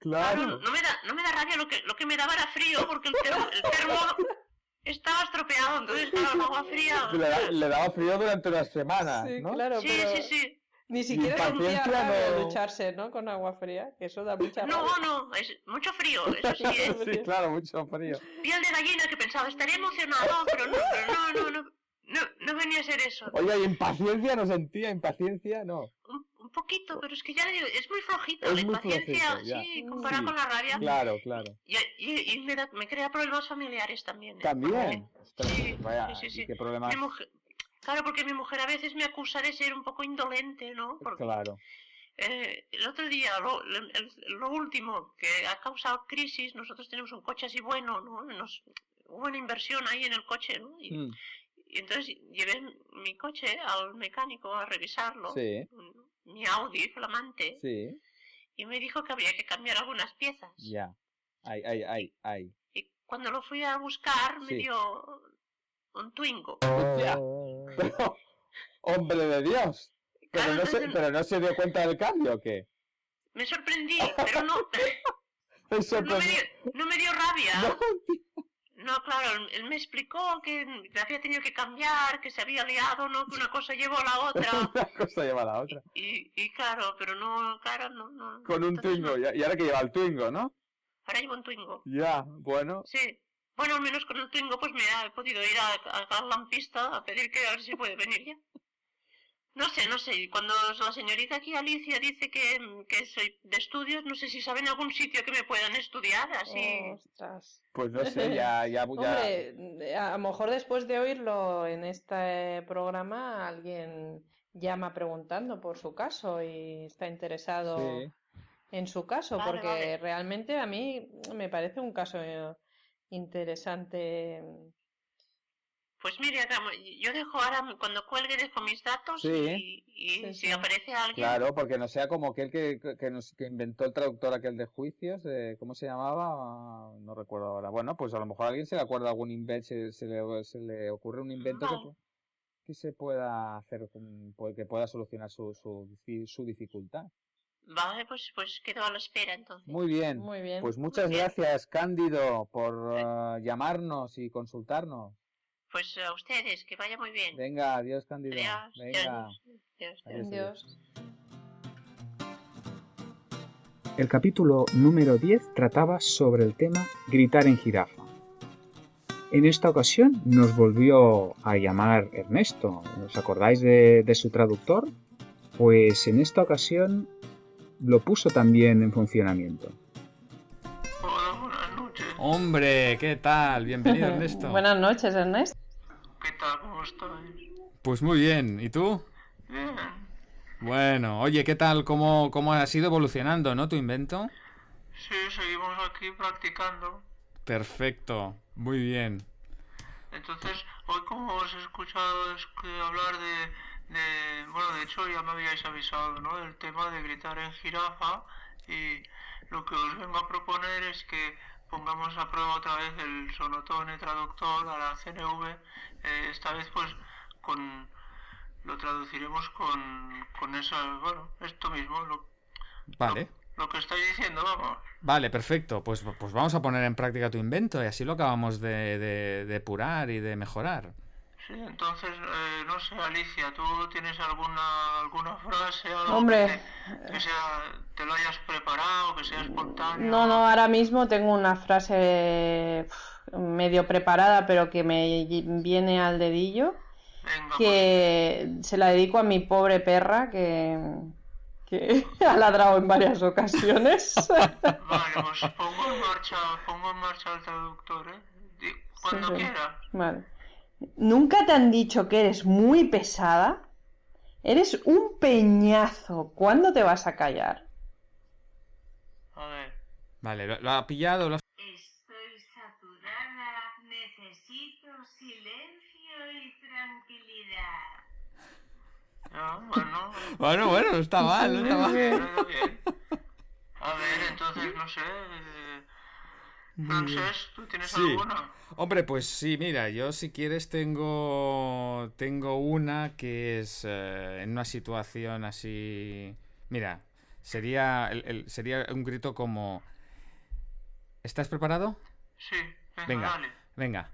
[SPEAKER 14] claro,
[SPEAKER 13] Claro.
[SPEAKER 14] no me da, no me da rabia lo que, lo que me daba era frío, porque el termo, el termo estaba estropeado, entonces claro, el agua fría.
[SPEAKER 13] Le, da- le daba frío durante unas semanas,
[SPEAKER 4] Sí,
[SPEAKER 13] ¿no?
[SPEAKER 4] claro,
[SPEAKER 14] Ah. Sí,
[SPEAKER 4] pero
[SPEAKER 14] sí, sí.
[SPEAKER 4] ni siquiera sentía
[SPEAKER 13] paciencia
[SPEAKER 4] rabia
[SPEAKER 13] no-
[SPEAKER 4] ducharse, ¿no? Con agua fría, que eso da mucha rabia.
[SPEAKER 14] No, no, es mucho frío, eso sí, ¿eh?
[SPEAKER 13] Sí, claro, mucho frío.
[SPEAKER 14] piel de gallina que pensaba, estaré emocionado, pero no, pero no, no, no, no, no venía a ser eso.
[SPEAKER 13] Oye, ¿y impaciencia no sentía? ¿Impaciencia? No.
[SPEAKER 14] Un, un poquito, pero es que ya le digo, es muy flojito,
[SPEAKER 13] Es
[SPEAKER 14] la
[SPEAKER 13] muy
[SPEAKER 14] impaciencia,
[SPEAKER 13] flojito, ya.
[SPEAKER 14] sí, comparado
[SPEAKER 13] Sí,
[SPEAKER 14] con la rabia.
[SPEAKER 13] Claro, claro.
[SPEAKER 14] Y, y, y me, da- me crea problemas familiares también. ¿eh?
[SPEAKER 13] También. Ostras,
[SPEAKER 14] Sí,
[SPEAKER 13] vaya,
[SPEAKER 14] sí, sí, sí.
[SPEAKER 13] ¿y qué problema?
[SPEAKER 14] Mi mujer- Claro, porque mi mujer a veces me acusa de ser un poco indolente, ¿no? Porque,
[SPEAKER 13] Claro.
[SPEAKER 14] eh, el otro día, lo, el- el- lo último que ha causado crisis, nosotros tenemos un coche así bueno, ¿no? Nos- hubo una inversión ahí en el coche, ¿no? Y,
[SPEAKER 13] Mm,
[SPEAKER 14] y entonces llevé mi coche al mecánico a revisarlo,
[SPEAKER 13] Sí,
[SPEAKER 14] un- mi Audi flamante,
[SPEAKER 13] sí.
[SPEAKER 14] y me dijo que habría que cambiar algunas piezas.
[SPEAKER 13] Ya. Ay, ay, ay, ay.
[SPEAKER 14] Y cuando lo fui a buscar, me
[SPEAKER 13] Sí.
[SPEAKER 14] dio un Twingo.
[SPEAKER 13] Hostia.
[SPEAKER 4] Oh.
[SPEAKER 13] Pero, hombre de Dios. Pero
[SPEAKER 14] Claro,
[SPEAKER 13] no, se,
[SPEAKER 14] entonces-
[SPEAKER 13] pero no se dio cuenta del cambio, ¿o qué?
[SPEAKER 14] Me sorprendí, pero no,
[SPEAKER 13] Eso
[SPEAKER 14] no, me dio, no me dio rabia.
[SPEAKER 13] No,
[SPEAKER 14] No, No, claro, él, él me explicó que había tenido que cambiar, que se había liado, ¿no? Que una cosa llevó a la otra.
[SPEAKER 13] Una cosa lleva a la otra.
[SPEAKER 14] Y, y claro, pero no, claro, no, no.
[SPEAKER 13] Con un Twingo. Y y ahora que lleva el Twingo, ¿no?
[SPEAKER 14] Ahora llevo un Twingo.
[SPEAKER 13] Ya, bueno.
[SPEAKER 14] Sí. Bueno, al menos con el Twingo pues me he podido ir a, a, a Lampista a pedir que a ver si puede venir ya. No sé, no sé. Cuando la señorita aquí, Alicia, dice que, que soy de estudios, no sé si saben algún sitio que me puedan estudiar, así.
[SPEAKER 4] Ostras.
[SPEAKER 13] Pues no sé, ya, ya, ya-
[SPEAKER 4] Hombre, a lo mejor después de oírlo en este programa, alguien llama preguntando por su caso y está interesado
[SPEAKER 13] Sí.
[SPEAKER 4] en su caso,
[SPEAKER 14] Vale,
[SPEAKER 4] porque
[SPEAKER 14] vale.
[SPEAKER 4] realmente a mí me parece un caso eh, interesante.
[SPEAKER 14] Pues mire, hagamos- yo dejo ahora, cuando cuelgue, dejo mis datos
[SPEAKER 13] Sí.
[SPEAKER 14] y si aparece alguien.
[SPEAKER 13] Claro, porque no sea como aquel que, que, nos, que inventó el traductor aquel de juicios, eh, ¿cómo se llamaba? Ah, No recuerdo ahora. Bueno, pues a lo mejor a alguien se le acuerda algún invento, se, se le, se le ocurre un invento que, pu- que se pueda hacer, con- pu- que pueda solucionar su, su, difi- su dificultad.
[SPEAKER 14] Vale, pues, pues quedo a la espera entonces.
[SPEAKER 13] Muy bien. Pues muchas gracias, Cándido, por eh, llamarnos y consultarnos.
[SPEAKER 14] Pues a ustedes, que vaya muy bien.
[SPEAKER 13] Venga, adiós, Cándido.
[SPEAKER 14] Adiós.
[SPEAKER 13] Venga.
[SPEAKER 14] Adiós.
[SPEAKER 13] Adiós,
[SPEAKER 4] adiós.
[SPEAKER 15] El capítulo número 10 trataba sobre el tema gritar en jirafa. En esta ocasión nos volvió a llamar Ernesto. ¿Os acordáis de, de su traductor? Pues en esta ocasión lo puso también en funcionamiento.
[SPEAKER 1] Hombre, ¿qué tal? Bienvenido, Ernesto.
[SPEAKER 4] Buenas noches, Ernesto.
[SPEAKER 1] Pues muy bien, ¿y tú?
[SPEAKER 14] Bien.
[SPEAKER 1] Bueno, oye, ¿qué tal? ¿Cómo, cómo has ido evolucionando, no, tu invento?
[SPEAKER 16] Sí, seguimos aquí practicando.
[SPEAKER 1] Perfecto, muy bien.
[SPEAKER 16] Entonces, hoy como os he escuchado es que hablar de, de- Bueno, de hecho ya me habíais avisado, ¿no? Del tema de gritar en jirafa y lo que os vengo a proponer es que pongamos a prueba otra vez el sonotone traductor a la CNV. eh, esta vez pues con... Lo traduciremos con, con esa... Bueno, esto mismo, lo,
[SPEAKER 1] Vale,
[SPEAKER 16] lo que estáis diciendo, vamos.
[SPEAKER 1] vale, perfecto. Pues, pues vamos a poner en práctica tu invento y así lo acabamos de, de- de depurar y de mejorar.
[SPEAKER 16] Sí, entonces, eh, no sé, Alicia, ¿tú tienes alguna alguna frase, algo
[SPEAKER 4] Hombre,
[SPEAKER 16] que, que sea, te lo hayas preparado, que sea espontáneo?
[SPEAKER 4] No, no, ahora mismo tengo una frase uf, medio preparada, pero que me ll- viene al dedillo, que
[SPEAKER 16] pues.
[SPEAKER 4] se la dedico a mi pobre perra que, que ha ladrado en varias ocasiones.
[SPEAKER 16] Vale, pues pongo en marcha, pongo en marcha el traductor, ¿eh? Di- Cuando
[SPEAKER 4] Sí, sí.
[SPEAKER 16] quiera.
[SPEAKER 4] Vale. ¿Nunca te han dicho que eres muy pesada? Eres un peñazo. ¿Cuándo te vas a callar?
[SPEAKER 1] Vale, ¿lo, lo ha pillado? ¿Lo has-
[SPEAKER 8] Estoy saturada, necesito silencio y tranquilidad.
[SPEAKER 16] Ah, bueno.
[SPEAKER 1] Bueno, bueno, no está mal, no está mal.
[SPEAKER 16] Bien, bien, bien. A ver, entonces, no sé, eh, Francés, ¿tú tienes
[SPEAKER 1] Sí.
[SPEAKER 16] alguna?
[SPEAKER 1] Hombre, pues sí, mira, yo si quieres tengo tengo una que es eh, en una situación así. Mira, sería el- el- sería un grito como ¿Estás preparado?
[SPEAKER 16] Sí, venga,
[SPEAKER 1] Venga,
[SPEAKER 16] dale.
[SPEAKER 1] venga.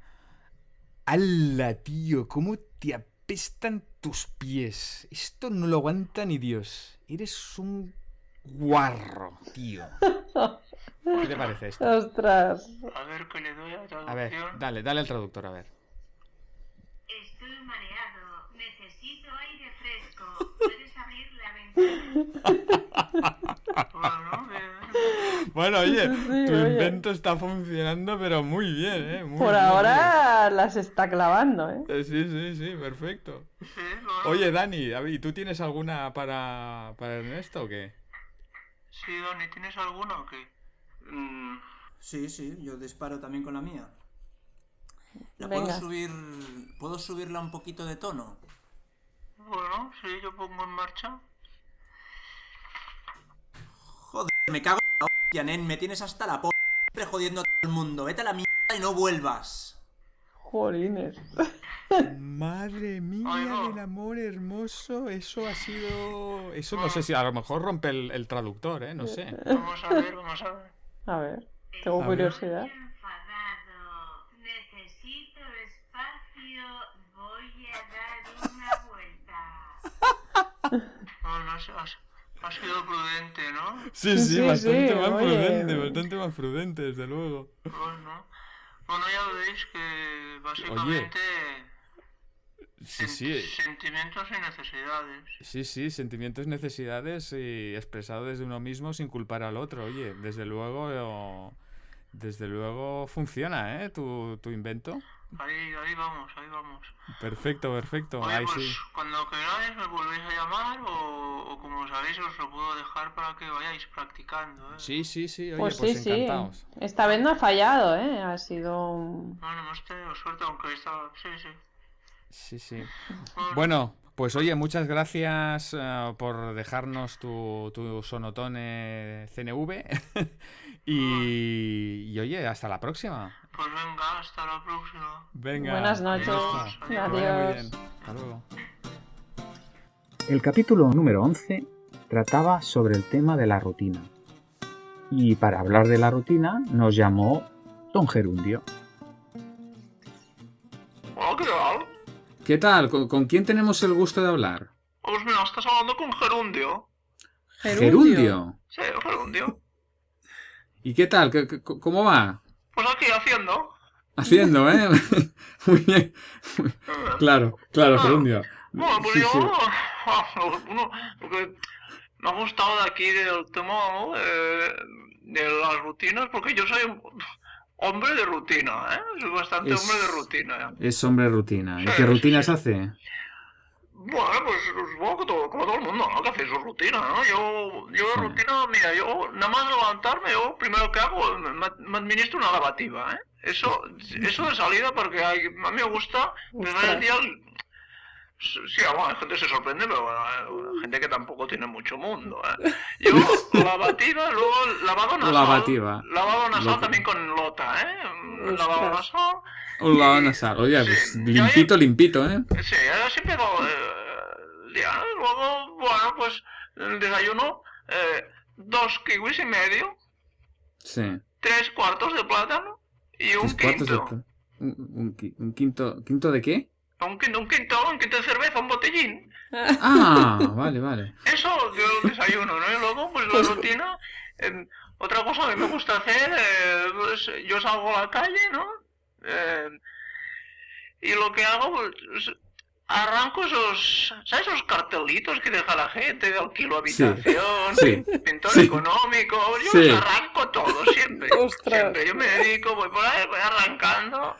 [SPEAKER 1] ¡Hala, tío! ¿Cómo te apestan tus pies? Esto no lo aguanta ni Dios. Eres un guarro, tío. ¿Qué te parece esto?
[SPEAKER 4] Ostras.
[SPEAKER 16] A ver qué le doy a traducción.
[SPEAKER 1] A ver, dale, dale al traductor, a ver.
[SPEAKER 8] Estoy mareado, necesito aire fresco. ¿Puedes abrir la ventana?
[SPEAKER 1] Bueno, oye,
[SPEAKER 4] Sí,
[SPEAKER 1] tu
[SPEAKER 4] oye.
[SPEAKER 1] invento está funcionando, pero muy bien, ¿eh? Muy
[SPEAKER 4] Por
[SPEAKER 1] bien,
[SPEAKER 4] ahora las está clavando, ¿eh?
[SPEAKER 1] bien. Eh, Sí, sí, sí, perfecto. Oye, Dani, a ver, ¿y ¿tú tienes alguna para, Ah, para Ernesto o qué?
[SPEAKER 16] Sí, Dani, ¿tienes alguna o qué? Mm,
[SPEAKER 2] Sí, sí, yo disparo también con la mía. ¿La
[SPEAKER 4] Venga.
[SPEAKER 2] puedo subir? ¿Puedo subirla un poquito de tono?
[SPEAKER 16] Bueno, sí, yo pongo en marcha.
[SPEAKER 2] Joder, me cago en la hostia, nen, me tienes hasta la p***, siempre jodiendo a todo el mundo. Vete a la mierda y no vuelvas.
[SPEAKER 4] Jolines.
[SPEAKER 1] Madre mía del amor hermoso, eso ha sido... Eso no sé si a lo mejor rompe el, el traductor, ¿eh? No sé.
[SPEAKER 16] Vamos a ver, vamos a ver.
[SPEAKER 4] A ver, tengo
[SPEAKER 1] A ver.
[SPEAKER 4] curiosidad.
[SPEAKER 8] Enfadado,
[SPEAKER 16] has, has- has sido prudente, ¿no?
[SPEAKER 1] Sí, sí, bastante más
[SPEAKER 16] oye.
[SPEAKER 1] prudente, bastante más prudente, desde luego.
[SPEAKER 16] Bueno, bueno, ya veis que básicamente
[SPEAKER 1] Sí, sí,
[SPEAKER 16] sentimientos y necesidades.
[SPEAKER 1] sí, sí, sentimientos, necesidades y expresado desde uno mismo sin culpar al otro. Oye, desde luego, eh, desde luego funciona, ¿eh? Tu, tu invento.
[SPEAKER 16] Ahí, ahí vamos, ahí vamos.
[SPEAKER 1] Perfecto, perfecto. Ahí sí.
[SPEAKER 16] pues, Cuando queráis me volvéis a llamar o, o como sabéis os lo puedo dejar para que vayáis practicando. ¿eh?
[SPEAKER 1] Sí, sí, sí. Oye,
[SPEAKER 13] Pues
[SPEAKER 1] pues,
[SPEAKER 13] sí, sí.
[SPEAKER 1] encantados.
[SPEAKER 13] Esta vez no ha fallado, ¿eh? Ha sido un...
[SPEAKER 16] Bueno, hemos tenido suerte aunque estaba... Sí, sí.
[SPEAKER 1] Sí, sí. Bueno, pues oye, muchas gracias eh, por dejarnos tu, tu sonotone CNV. y, y oye, hasta la próxima.
[SPEAKER 16] Pues venga, hasta la próxima.
[SPEAKER 1] Venga.
[SPEAKER 13] Buenas noches.
[SPEAKER 1] ya está. Que vaya muy
[SPEAKER 13] Adiós.
[SPEAKER 1] bien. Hasta luego.
[SPEAKER 17] El capítulo número 11 trataba sobre el tema de la rutina. Y para hablar de la rutina nos llamó Don Gerundio.
[SPEAKER 16] Hola, Ah, ¿qué tal?
[SPEAKER 17] ¿Qué tal? ¿Con, quién tenemos el gusto de hablar?
[SPEAKER 16] Pues mira, estás hablando con Gerundio. Sí, Gerundio.
[SPEAKER 17] ¿Y qué tal? ¿Cómo va?
[SPEAKER 16] Pues aquí haciendo.
[SPEAKER 1] Haciendo, ¿eh? Muy bien. Claro, claro, Gerundio.
[SPEAKER 16] Bueno, pues
[SPEAKER 1] Sí,
[SPEAKER 16] yo...
[SPEAKER 1] sí.
[SPEAKER 16] Uno, porque me ha gustado de aquí del tema, ¿no? De, de las rutinas, porque yo soy un hombre de rutina, ¿eh? Soy bastante
[SPEAKER 17] Es-
[SPEAKER 16] hombre de rutina, ¿eh?
[SPEAKER 17] Es hombre rutina. ¿Y qué rutinas hace?
[SPEAKER 16] Bueno, pues supongo que todo, como todo el mundo, ¿no? Que hace su rutina, ¿no? Yo, yo de rutina, mira, yo nada más levantarme, yo primero que hago, me, me administro una lavativa, ¿eh? Eso, eso de salida porque hay- a mí me gusta, pero
[SPEAKER 13] Ostras.
[SPEAKER 16] el día... Sí, bueno, la gente se sorprende, pero bueno, hay gente que tampoco tiene mucho mundo, ¿eh? Yo, lavativa, luego lavado nasal.
[SPEAKER 1] Lavativa.
[SPEAKER 16] Lavado nasal
[SPEAKER 1] Lota.
[SPEAKER 16] también con lota, ¿eh? Lavado nasal.
[SPEAKER 1] Hola, Nasar. Oye, pues limpito, limpito, ¿eh?
[SPEAKER 16] Sí, ahora siempre hago, eh, ya, luego, bueno, pues el desayuno, eh, dos kiwis y medio,
[SPEAKER 17] Sí.
[SPEAKER 16] tres cuartos de plátano y un
[SPEAKER 17] Tres cuartos de
[SPEAKER 16] quinto.
[SPEAKER 17] pl- un, un qui- un quinto. ¿Quinto de qué?
[SPEAKER 16] Un quinto, un quinto, un quinto de cerveza, un botellín.
[SPEAKER 17] Ah, vale, vale.
[SPEAKER 16] Eso yo el desayuno, ¿no? Y luego, pues la rutina. eh, otra cosa que me gusta hacer, eh, pues, yo salgo a la calle, ¿no? Eh, y lo que hago, pues, arranco esos, ¿sabes? Esos cartelitos que deja la gente de alquilo
[SPEAKER 1] Sí.
[SPEAKER 16] habitación,
[SPEAKER 1] Sí.
[SPEAKER 16] pintor
[SPEAKER 1] Sí.
[SPEAKER 16] económico, yo
[SPEAKER 1] Sí.
[SPEAKER 16] arranco todo siempre. Siempre yo me dedico, voy por ahí, voy arrancando.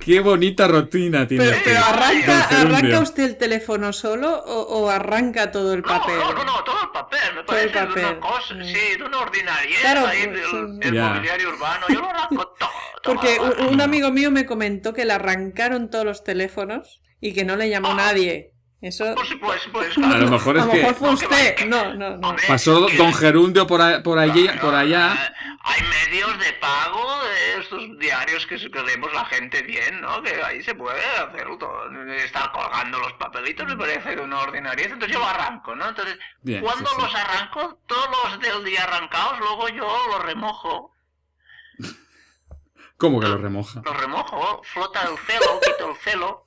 [SPEAKER 1] Qué bonita rutina tiene.
[SPEAKER 4] Pero,
[SPEAKER 1] usted,
[SPEAKER 4] pero arranca,
[SPEAKER 1] don Gerundio.
[SPEAKER 4] ¿arranca usted el teléfono solo o, o arranca todo el papel?
[SPEAKER 16] No, no, todo el papel, me
[SPEAKER 4] Todo el
[SPEAKER 16] parece de una
[SPEAKER 4] papel. Mm.
[SPEAKER 16] cosa, sí, de una ordinariedad
[SPEAKER 4] Claro,
[SPEAKER 16] ahí
[SPEAKER 4] pues,
[SPEAKER 16] del
[SPEAKER 4] sí.
[SPEAKER 16] el
[SPEAKER 4] Ya.
[SPEAKER 16] mobiliario urbano, yo lo arranco todo.
[SPEAKER 4] Porque u- un amigo mío me comentó que le arrancaron todos los teléfonos y que no le
[SPEAKER 16] Ah.
[SPEAKER 4] llamó nadie. Eso.
[SPEAKER 16] pues,
[SPEAKER 1] A lo mejor es
[SPEAKER 4] A lo
[SPEAKER 1] que-
[SPEAKER 4] mejor fue usted. No, no, no.
[SPEAKER 1] Pasó don Gerundio por, a- por allí, por allá.
[SPEAKER 16] Hay medios de pago de estos diarios que queremos la gente bien, ¿no? Que ahí se puede hacer todo. Estar colgando los papelitos me parece de una ordinariedad, entonces yo lo arranco, ¿no? Entonces,
[SPEAKER 1] Bien,
[SPEAKER 16] cuando
[SPEAKER 1] sí, sí.
[SPEAKER 16] los arranco, todos los del día arrancados, luego yo los remojo.
[SPEAKER 1] ¿Cómo
[SPEAKER 16] Ah.
[SPEAKER 1] que lo remoja?
[SPEAKER 16] lo remojo, flota el celo, quito el celo,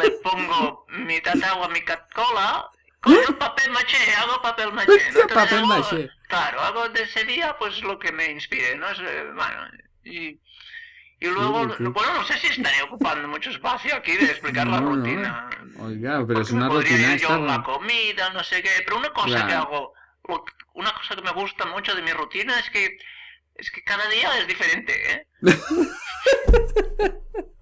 [SPEAKER 16] le pongo mitad agua, mitad cola, ¿ah? con el papel maché, hago papel maché. ¿no? Entonces
[SPEAKER 1] ¿Eh? Papel
[SPEAKER 16] hago-
[SPEAKER 1] maché.
[SPEAKER 16] Claro, hago de ese día pues lo que me inspire, ¿no? Es, eh, bueno, y, y luego,
[SPEAKER 1] Sí, sí.
[SPEAKER 16] bueno, no sé si estaré ocupando mucho espacio aquí de explicar la
[SPEAKER 1] No, no.
[SPEAKER 16] rutina.
[SPEAKER 1] Oiga, pero es
[SPEAKER 16] Me
[SPEAKER 1] una
[SPEAKER 16] podría
[SPEAKER 1] rutina
[SPEAKER 16] ir yo
[SPEAKER 1] esta.
[SPEAKER 16] a la comida, no sé qué, pero una cosa que
[SPEAKER 1] Claro.
[SPEAKER 16] hago, lo- una cosa que me gusta mucho de mi rutina es que es que cada día es diferente, ¿eh?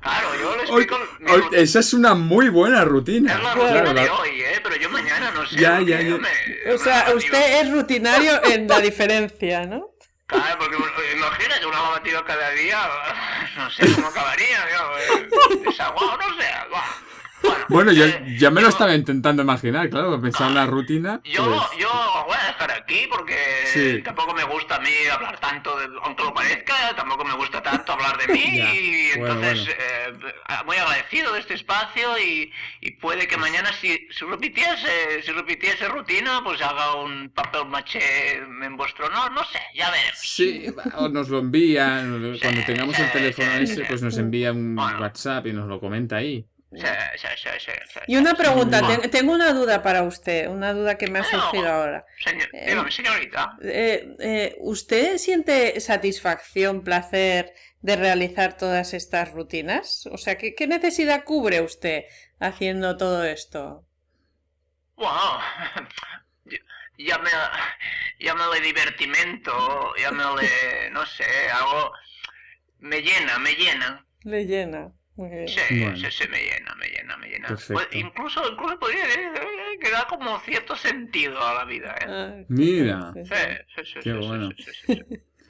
[SPEAKER 16] claro, yo le
[SPEAKER 1] Hoy-
[SPEAKER 16] explico mi
[SPEAKER 1] hoy-
[SPEAKER 16] rutina.
[SPEAKER 1] esa es una muy buena rutina.
[SPEAKER 16] Es la rutina
[SPEAKER 1] Claro, la-
[SPEAKER 16] de hoy, ¿eh? Pero yo mañana no sé.
[SPEAKER 1] Ya,
[SPEAKER 16] porque
[SPEAKER 1] ya, ya.
[SPEAKER 16] yo me-
[SPEAKER 4] O sea, usted es rutinario en la diferencia, ¿no?
[SPEAKER 16] Claro, porque bueno, imagínate una lavativa cada día, no sé cómo acabaría, yo, eh, desagüe, no sé, va.
[SPEAKER 1] Bueno, yo
[SPEAKER 16] Eh,
[SPEAKER 1] ya me lo estaba intentando imaginar, claro, pensar en la
[SPEAKER 16] Ah,
[SPEAKER 1] rutina.
[SPEAKER 16] Yo,
[SPEAKER 1] pues,
[SPEAKER 16] yo lo voy a dejar aquí porque
[SPEAKER 1] Sí.
[SPEAKER 16] tampoco me gusta a mí hablar tanto, de, aunque lo parezca, tampoco me gusta tanto hablar de mí
[SPEAKER 1] Ya.
[SPEAKER 16] y
[SPEAKER 1] Bueno,
[SPEAKER 16] entonces eh, muy agradecido de este espacio y, y puede que mañana si, si repitiese si repitiese rutina pues haga un papel maché en vuestro honor, no sé, ya veremos.
[SPEAKER 1] Sí, va, o nos lo
[SPEAKER 16] eh,
[SPEAKER 1] envían, cuando tengamos el teléfono ese, pues nos envía un WhatsApp y nos lo comenta ahí.
[SPEAKER 16] Sí, sí, sí, sí, sí.
[SPEAKER 4] Y una pregunta,
[SPEAKER 16] No.
[SPEAKER 4] ten- tengo una duda para usted, una duda que me ha surgido ahora.
[SPEAKER 16] Señor,
[SPEAKER 4] Eh,
[SPEAKER 16] dígame, señorita.
[SPEAKER 4] Eh, eh, ¿Usted siente satisfacción, placer de realizar todas estas rutinas? O sea, ¿qué, qué necesidad cubre usted haciendo todo esto?
[SPEAKER 16] Bueno, llame, llámale divertimento, llámale, no sé, algo... eh, Me llena, me llena.
[SPEAKER 4] Le llena. Muy bien.
[SPEAKER 16] Sí,
[SPEAKER 18] pues
[SPEAKER 16] sí, sí, me llena, me llena, me llena.
[SPEAKER 1] Perfecto.
[SPEAKER 16] Pues incluso, incluso podría eh, que da como cierto sentido a la vida, ¿eh?
[SPEAKER 1] Mira.
[SPEAKER 16] Sí, sí, sí, sí,
[SPEAKER 1] Qué
[SPEAKER 16] sí.
[SPEAKER 1] bueno.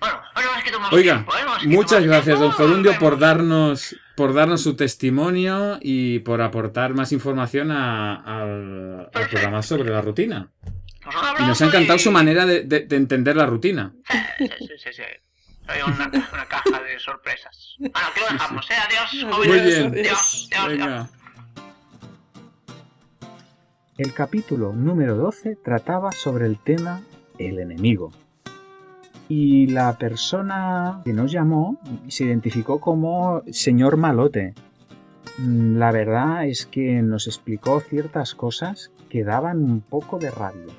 [SPEAKER 16] Bueno, ahora más que tomar
[SPEAKER 1] Oiga,
[SPEAKER 16] tiempo, ¿eh? Más que
[SPEAKER 1] muchas
[SPEAKER 16] tomar
[SPEAKER 1] gracias,
[SPEAKER 16] tiempo, Ah,
[SPEAKER 1] doctor Undio,
[SPEAKER 16] nos
[SPEAKER 1] por
[SPEAKER 16] vemos.
[SPEAKER 1] darnos, por darnos su testimonio y por aportar más información a- al, al programa sobre la rutina.
[SPEAKER 16] Pues
[SPEAKER 1] Y nos ha encantado su manera de, de- de entender la rutina.
[SPEAKER 16] Sí, sí, sí, sí. Soy una, ca- una caja de sorpresas. Bueno, aquí lo dejamos, ¿eh? Adiós, jóvenes.
[SPEAKER 1] Muy bien.
[SPEAKER 16] Adiós, adiós, adiós.
[SPEAKER 1] El capítulo número 12 trataba sobre el tema el enemigo. Y la persona que nos llamó se identificó como señor malote. Mm, La verdad es que nos explicó ciertas cosas que daban un poco de rabia.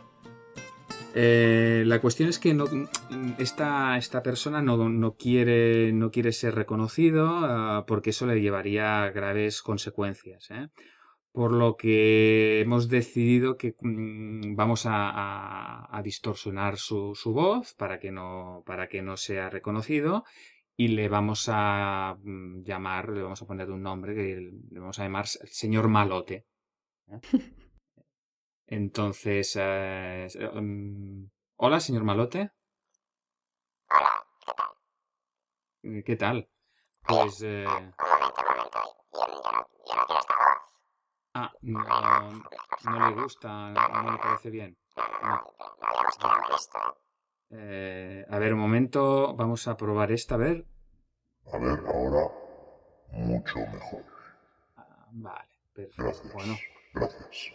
[SPEAKER 1] Eh, la cuestión es que no, esta, esta persona no, no quiere, no quiere ser reconocido ah, porque eso le llevaría a graves consecuencias. ¿eh? Por lo que hemos decidido que mm, vamos a, a- a distorsionar su, su voz para que, no, para que no sea reconocido y le vamos a mm, llamar, le vamos a poner un nombre que le vamos a llamar señor malote. Entonces, eh, mm, hola, señor Malote.
[SPEAKER 19] Hola, ¿qué tal?
[SPEAKER 1] Eh, ¿Qué tal? Pues, eh,
[SPEAKER 19] Un momento, un momento. eh. Yo, yo no, yo no quiero esta voz.
[SPEAKER 1] ah, no, no le gusta, no le parece bien. No.
[SPEAKER 19] No habíamos quedado en esto.
[SPEAKER 1] Eh, a ver, un momento, vamos a probar esta, a ver.
[SPEAKER 20] A ver, ahora mucho mejor.
[SPEAKER 1] Ah, Vale, perfecto.
[SPEAKER 20] Gracias.
[SPEAKER 1] Bueno,
[SPEAKER 20] Gracias.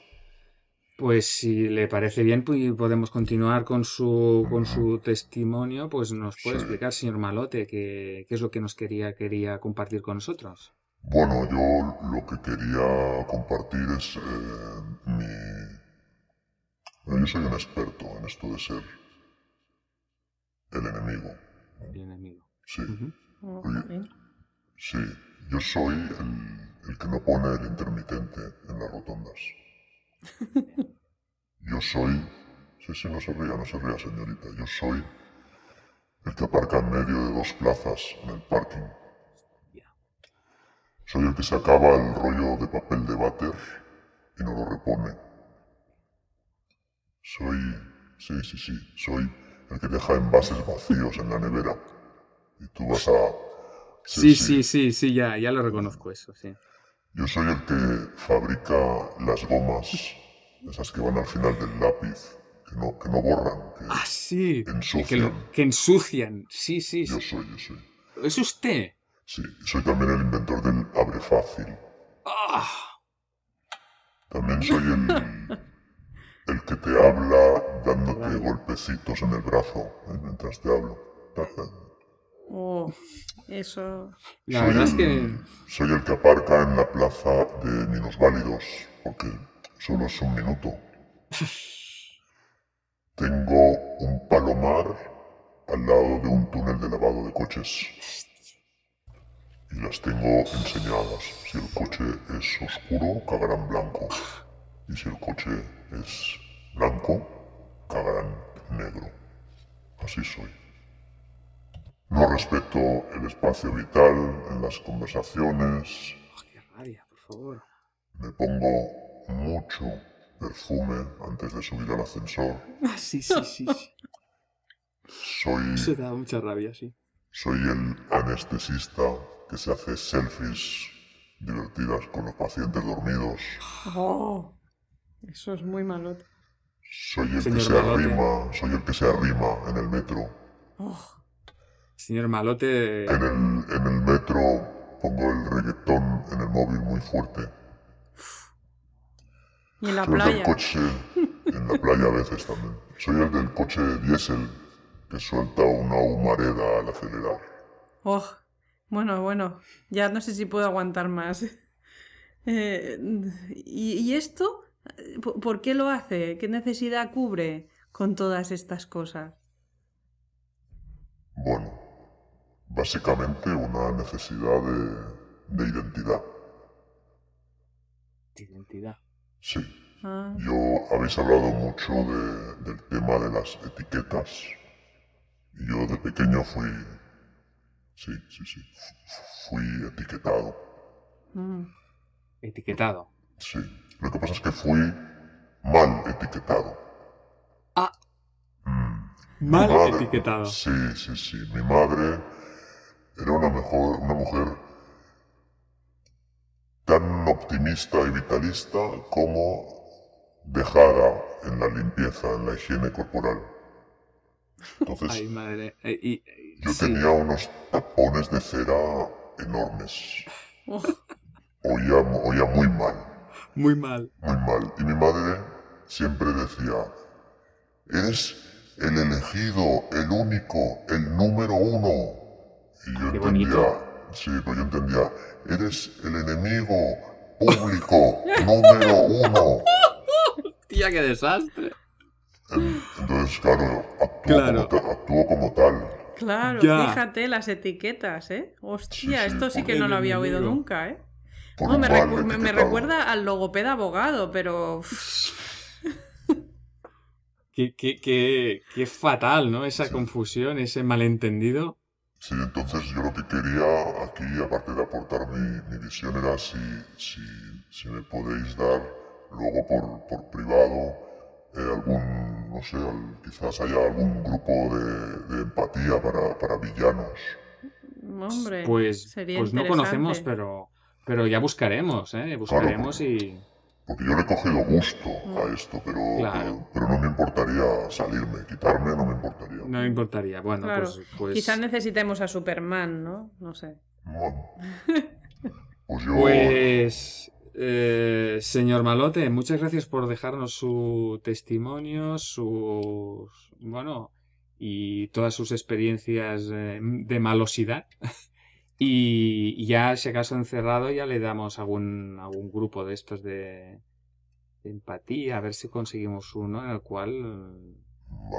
[SPEAKER 1] pues si le parece bien, pues podemos continuar con su, con su testimonio. Pues nos puede explicar, señor Malote, qué, qué es lo que nos quería, quería compartir con nosotros.
[SPEAKER 20] Bueno, yo lo que quería compartir es eh, mi... Bueno, yo soy un experto en esto de ser el enemigo.
[SPEAKER 1] El enemigo.
[SPEAKER 20] Sí. Sí, yo soy el, el que no pone el intermitente en las rotondas. Yo soy... Sí, sí, no se ría, no se ría, señorita. Yo soy el que aparca en medio de dos plazas en el parking. Soy el que se acaba el rollo de papel de váter y no lo repone. Soy... Sí, sí, sí. Soy el que deja envases vacíos en la nevera. Y tú vas a...
[SPEAKER 1] Sí, sí, sí, sí, ya, ya lo reconozco eso, sí.
[SPEAKER 20] Yo soy el que fabrica las gomas, esas que van al final del lápiz, que no, que no borran.
[SPEAKER 1] Ah, sí.
[SPEAKER 20] Ensucian.
[SPEAKER 1] Que, lo- que ensucian. Sí, sí, sí.
[SPEAKER 20] Yo soy, yo soy.
[SPEAKER 1] ¿Es usted?
[SPEAKER 20] Sí, soy también el inventor del abre fácil.
[SPEAKER 1] Ah.
[SPEAKER 20] También soy el, el que te habla dándote golpecitos en el brazo ¿eh? mientras te hablo. Ta, ta.
[SPEAKER 4] Oh, eso.
[SPEAKER 20] soy el, Soy el que aparca en la plaza de minusválidos, porque solo es un minuto. Tengo un palomar al lado de un túnel de lavado de coches. Y las tengo enseñadas. Si el coche es oscuro, cagarán blanco. Y si el coche es blanco, cagarán negro. Así soy. No respeto el espacio vital en las conversaciones.
[SPEAKER 1] Oh, por favor.
[SPEAKER 20] Me pongo mucho perfume antes de subir al ascensor.
[SPEAKER 1] Ah, sí, sí, sí.
[SPEAKER 20] Soy,
[SPEAKER 1] Se da mucha rabia, sí.
[SPEAKER 20] soy el anestesista que se hace selfies divertidas con los pacientes dormidos.
[SPEAKER 4] Oh, eso es muy malo.
[SPEAKER 20] Soy el
[SPEAKER 1] Señor
[SPEAKER 20] que se
[SPEAKER 1] Malote.
[SPEAKER 20] arrima, soy el que se arrima en el metro.
[SPEAKER 1] Señor Malote.
[SPEAKER 20] En el metro pongo el reggaetón en el móvil muy fuerte.
[SPEAKER 4] Y en la
[SPEAKER 20] Soy el del
[SPEAKER 4] playa.
[SPEAKER 20] coche, en la playa a veces también. Soy el del coche diésel que suelta una humareda al acelerar.
[SPEAKER 4] Oh, bueno, bueno. Ya no sé si puedo aguantar más. Eh, ¿y, y esto? eh, ¿Por por qué lo hace? ¿Qué necesidad cubre con todas estas cosas?
[SPEAKER 20] Bueno, básicamente una necesidad de, de identidad.
[SPEAKER 14] Identidad.
[SPEAKER 20] Sí,
[SPEAKER 4] Ah,
[SPEAKER 20] yo habéis hablado mucho de- del tema de las etiquetas. Y yo de pequeño fui... Sí, sí, sí. fu- fu- Fui etiquetado.
[SPEAKER 14] Etiquetado.
[SPEAKER 20] Sí. Lo que pasa es que fui mal etiquetado.
[SPEAKER 1] Ah.
[SPEAKER 20] Mm.
[SPEAKER 1] Mal
[SPEAKER 20] Mi madre-
[SPEAKER 1] etiquetado.
[SPEAKER 20] Sí, sí, sí. Mi madre era una, mejor, una mujer tan optimista y vitalista como dejada en la limpieza, en la higiene corporal. Entonces,
[SPEAKER 1] Ay, madre. Eh, y- eh,
[SPEAKER 20] yo
[SPEAKER 1] sí.
[SPEAKER 20] tenía unos tapones de cera enormes.
[SPEAKER 4] Oh,
[SPEAKER 20] Oía, oía muy mal,
[SPEAKER 1] Muy mal.
[SPEAKER 20] muy mal. Y mi madre siempre decía, eres el elegido, el único, el número uno. Y yo
[SPEAKER 14] Qué
[SPEAKER 20] entendía,
[SPEAKER 14] bonito.
[SPEAKER 20] sí, pero yo entendía, eres el enemigo público número uno.
[SPEAKER 1] Tía, qué desastre.
[SPEAKER 20] Entonces, claro, actuó,
[SPEAKER 1] Claro.
[SPEAKER 20] como, ta- actuó como tal.
[SPEAKER 4] claro,
[SPEAKER 20] Ya.
[SPEAKER 4] fíjate las etiquetas, ¿eh? Hostia,
[SPEAKER 20] Sí, sí.
[SPEAKER 4] esto sí que no lo había oído
[SPEAKER 20] Enemigo.
[SPEAKER 4] nunca, ¿eh?
[SPEAKER 20] Por
[SPEAKER 4] No, me,
[SPEAKER 20] mal
[SPEAKER 4] recu- me- me
[SPEAKER 20] etiquetado.
[SPEAKER 4] recuerda al logopeda abogado, pero...
[SPEAKER 1] Qué, qué, qué, qué fatal, ¿no? Esa confusión, ese malentendido.
[SPEAKER 20] Sí, entonces yo lo que quería aquí, aparte de aportar mi, mi visión, era si, si, si me podéis dar luego por, por privado eh, algún, no sé, al- quizás haya algún grupo de, de empatía para, para villanos.
[SPEAKER 4] Hombre,
[SPEAKER 1] Pues,
[SPEAKER 4] sería
[SPEAKER 1] pues no
[SPEAKER 4] interesante.
[SPEAKER 1] conocemos, pero, pero ya buscaremos, ¿eh? Buscaremos y.
[SPEAKER 20] Porque yo le he cogido gusto
[SPEAKER 4] Mm.
[SPEAKER 20] a esto, pero,
[SPEAKER 1] Claro.
[SPEAKER 20] pero, pero no me importaría salirme, quitarme, no me importaría.
[SPEAKER 1] No me importaría. Bueno,
[SPEAKER 4] Claro,
[SPEAKER 1] pues, pues,
[SPEAKER 4] quizás necesitemos a Superman, ¿no? No sé.
[SPEAKER 1] Pues, eh, señor Malote, muchas gracias por dejarnos su testimonio, sus, bueno, y todas sus experiencias eh, de malosidad. Y ya, si acaso encerrado, ya le damos algún, algún grupo de estos de, de empatía, a ver si conseguimos uno en el cual eh,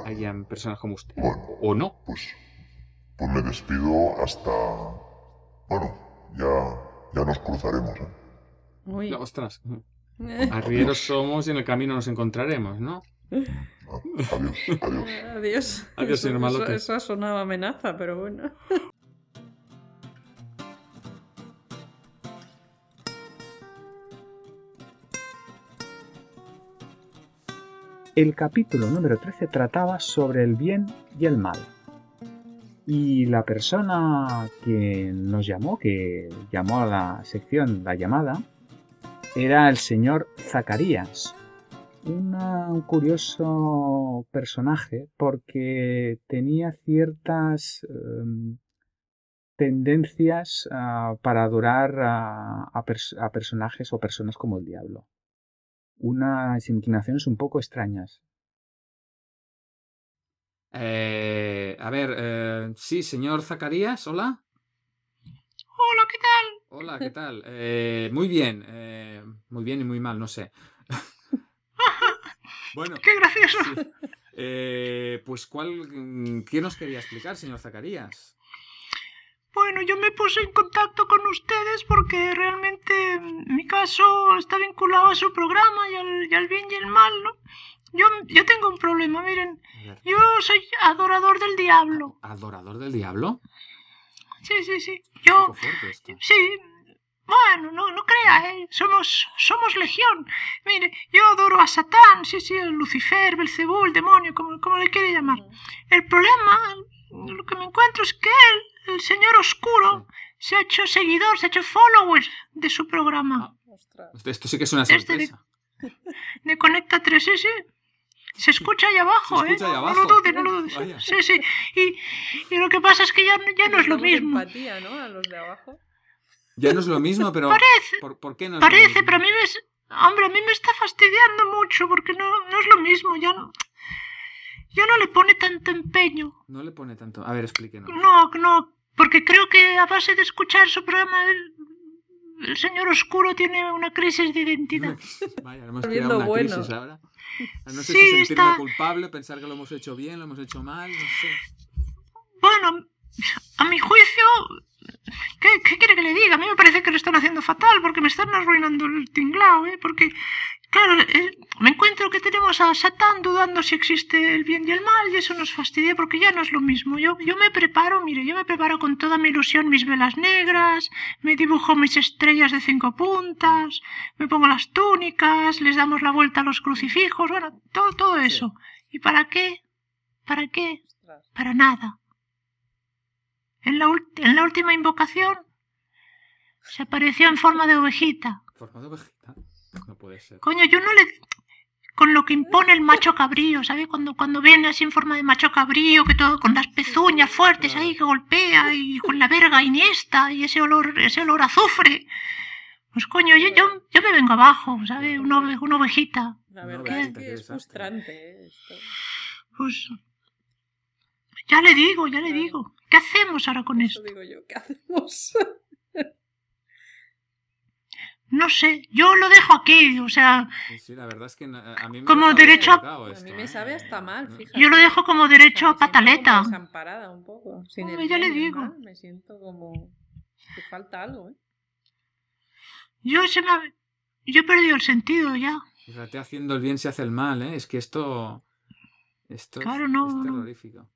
[SPEAKER 1] hayan personas como usted. o no.
[SPEAKER 20] Pues me despido hasta... Bueno, ya, ya nos cruzaremos, ¿eh?
[SPEAKER 1] No, ostras. Arrieros somos y en el camino nos encontraremos, ¿no?
[SPEAKER 4] Adiós.
[SPEAKER 1] Adiós,
[SPEAKER 4] Eso-
[SPEAKER 1] señor
[SPEAKER 4] eso-
[SPEAKER 1] Malote.
[SPEAKER 4] Eso ha sonado amenaza, pero bueno.
[SPEAKER 14] El capítulo número 13 trataba sobre el bien y el mal. Y la persona que nos llamó, que llamó a la sección La llamada, era el señor Zacarías. Una- un curioso personaje porque tenía ciertas em, tendencias ah, para adorar a- a pers- a personajes o personas como el diablo unas inclinaciones un poco extrañas.
[SPEAKER 1] Eh, a ver, eh, sí, señor Zacarías, hola.
[SPEAKER 21] Hola, ¿qué tal?
[SPEAKER 1] Hola, ¿qué tal? Eh, muy bien, eh, muy bien y muy mal, no sé. Bueno.
[SPEAKER 21] ¡Qué gracioso!
[SPEAKER 1] sí. Eh, pues, ¿cuál, mm, ¿qué nos quería explicar, señor Zacarías?
[SPEAKER 21] Bueno, yo me puse en contacto con ustedes porque realmente mm, mi caso está vinculado a su programa y al, y al bien y el mal, ¿no? Yo, yo tengo un problema, miren. Yo soy adorador del diablo.
[SPEAKER 1] ¿Adorador del diablo?
[SPEAKER 21] Sí, sí, sí.
[SPEAKER 1] Ah, Un
[SPEAKER 21] Yo,
[SPEAKER 1] poco fuerte esto.
[SPEAKER 21] sí. Bueno, no, no crea, ¿eh? Somos, somos legión. Mire, yo adoro a Satán, sí, sí, a Lucifer, Belcebú, el demonio, como, como le quiere llamar. El problema, lo que me encuentro es que él, el señor oscuro, se ha hecho seguidor, se ha hecho follower de su programa.
[SPEAKER 1] Esto sí que Ah, es una
[SPEAKER 21] Este de,
[SPEAKER 1] sorpresa.
[SPEAKER 21] de Conecta 3, sí, sí. Se escucha ahí abajo,
[SPEAKER 1] Se escucha
[SPEAKER 21] ¿eh?
[SPEAKER 1] ahí
[SPEAKER 21] No-
[SPEAKER 1] abajo.
[SPEAKER 21] No lo dudes, no lo dudes.
[SPEAKER 1] Vaya.
[SPEAKER 21] Sí, sí. Y, y lo que pasa es que ya, ya no es lo
[SPEAKER 4] Tenemos
[SPEAKER 21] mismo.
[SPEAKER 4] empatía, ¿no? A los de abajo.
[SPEAKER 1] Ya no es lo mismo, pero
[SPEAKER 21] Parece.
[SPEAKER 1] ¿por, por qué no es lo
[SPEAKER 21] Parece,
[SPEAKER 1] mismo?
[SPEAKER 21] pero a mí me es- Hombre, a mí me está fastidiando mucho porque no, no es lo mismo, ya no, ya no le pone tanto empeño.
[SPEAKER 1] No le pone tanto. A ver, explíquenos.
[SPEAKER 21] No, no, porque creo que a base de escuchar su programa él el señor oscuro tiene una crisis de identidad.
[SPEAKER 16] Vaya, hemos
[SPEAKER 21] Viendo
[SPEAKER 16] creado una
[SPEAKER 21] bueno.
[SPEAKER 16] crisis ahora. No sé
[SPEAKER 21] Sí,
[SPEAKER 16] si sentirme
[SPEAKER 21] está-
[SPEAKER 16] culpable, pensar que lo hemos hecho bien, lo hemos hecho mal, no sé.
[SPEAKER 21] Bueno, a mi juicio, ¿qué, qué quiere que le diga? A mí me parece que lo están haciendo fatal porque me están arruinando el tinglao, ¿eh? Porque, claro, eh, me encuentro que tenemos a Satán dudando si existe el bien y el mal y eso nos fastidia porque ya no es lo mismo. Yo, yo me preparo, mire, yo me preparo con toda mi ilusión mis velas negras, me dibujo mis estrellas de cinco puntas, me pongo las túnicas, les damos la vuelta a los crucifijos, bueno, todo, todo eso. ¿Y para qué? ¿Para qué? Para nada. En la, ult- en la última invocación se apareció en forma de ovejita.
[SPEAKER 16] Formado vegetal. No puede ser.
[SPEAKER 21] Coño, yo no le... Con lo que impone el macho cabrío, ¿sabes? Cuando, cuando viene así en forma de macho cabrío, que todo con las pezuñas fuertes ahí que golpea y con la verga iniesta y ese olor, ese olor a azufre. Pues coño, yo, yo, yo me vengo abajo, ¿sabes? Una, ove- una ovejita.
[SPEAKER 22] La verdad
[SPEAKER 21] ovejita,
[SPEAKER 22] es
[SPEAKER 21] qué
[SPEAKER 22] que es
[SPEAKER 21] desastre.
[SPEAKER 22] frustrante esto.
[SPEAKER 21] Pues... Ya le digo, ya le digo. ¿Qué hacemos ahora con esto?
[SPEAKER 22] Digo yo, ¿qué hacemos?
[SPEAKER 21] No sé, yo lo dejo aquí, o sea,
[SPEAKER 16] Sí, sí, la verdad es que na- a mí me
[SPEAKER 21] Como
[SPEAKER 16] deja
[SPEAKER 21] derecho a-
[SPEAKER 16] descolocado
[SPEAKER 22] A
[SPEAKER 16] esto,
[SPEAKER 22] mí me
[SPEAKER 16] ¿eh?
[SPEAKER 22] sabe hasta mal, fíjate.
[SPEAKER 21] yo lo dejo como derecho a pataleta.
[SPEAKER 22] Desamparada un poco. Sin
[SPEAKER 21] Hombre,
[SPEAKER 22] el
[SPEAKER 21] ya le
[SPEAKER 22] bien y el
[SPEAKER 21] digo.
[SPEAKER 22] mal, Me siento como que falta algo, ¿eh?
[SPEAKER 21] Yo se me ha- yo he perdido el sentido ya.
[SPEAKER 16] Fíjate, haciendo el bien se hace el mal, ¿eh? Es que esto. Esto es-
[SPEAKER 21] Claro, no,
[SPEAKER 16] es
[SPEAKER 21] no.
[SPEAKER 16] terrorífico.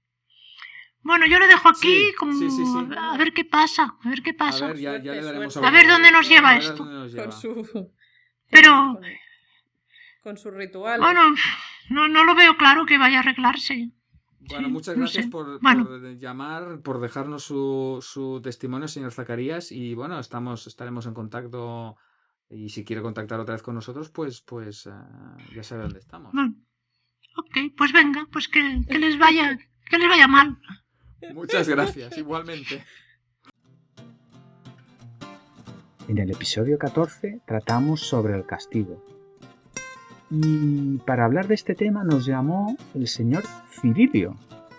[SPEAKER 21] Bueno, yo lo dejo aquí
[SPEAKER 16] Sí,
[SPEAKER 21] como
[SPEAKER 16] sí, sí, sí.
[SPEAKER 21] a ver qué pasa, a ver qué pasa.
[SPEAKER 16] A ver, ya, ya le daremos
[SPEAKER 21] A ver dónde nos lleva
[SPEAKER 16] a ver
[SPEAKER 21] esto.
[SPEAKER 16] dónde nos lleva.
[SPEAKER 22] Con su,
[SPEAKER 21] Pero
[SPEAKER 22] con su ritual.
[SPEAKER 21] bueno, no, no lo veo claro que vaya a arreglarse.
[SPEAKER 16] Bueno,
[SPEAKER 21] Sí,
[SPEAKER 16] muchas
[SPEAKER 21] no
[SPEAKER 16] gracias
[SPEAKER 21] sé.
[SPEAKER 16] por,
[SPEAKER 21] Bueno.
[SPEAKER 16] por llamar, por dejarnos su, su testimonio, señor Zacarías. Y bueno, estamos, estaremos en contacto. Y si quiere contactar otra vez con nosotros, pues, pues eh, ya sabe dónde estamos.
[SPEAKER 21] Bueno, ok, pues venga, pues que, que les vaya, que les vaya mal.
[SPEAKER 16] Muchas gracias, igualmente.
[SPEAKER 1] En el episodio 14 tratamos sobre el castigo. Y para hablar de este tema nos llamó el señor Cirilio,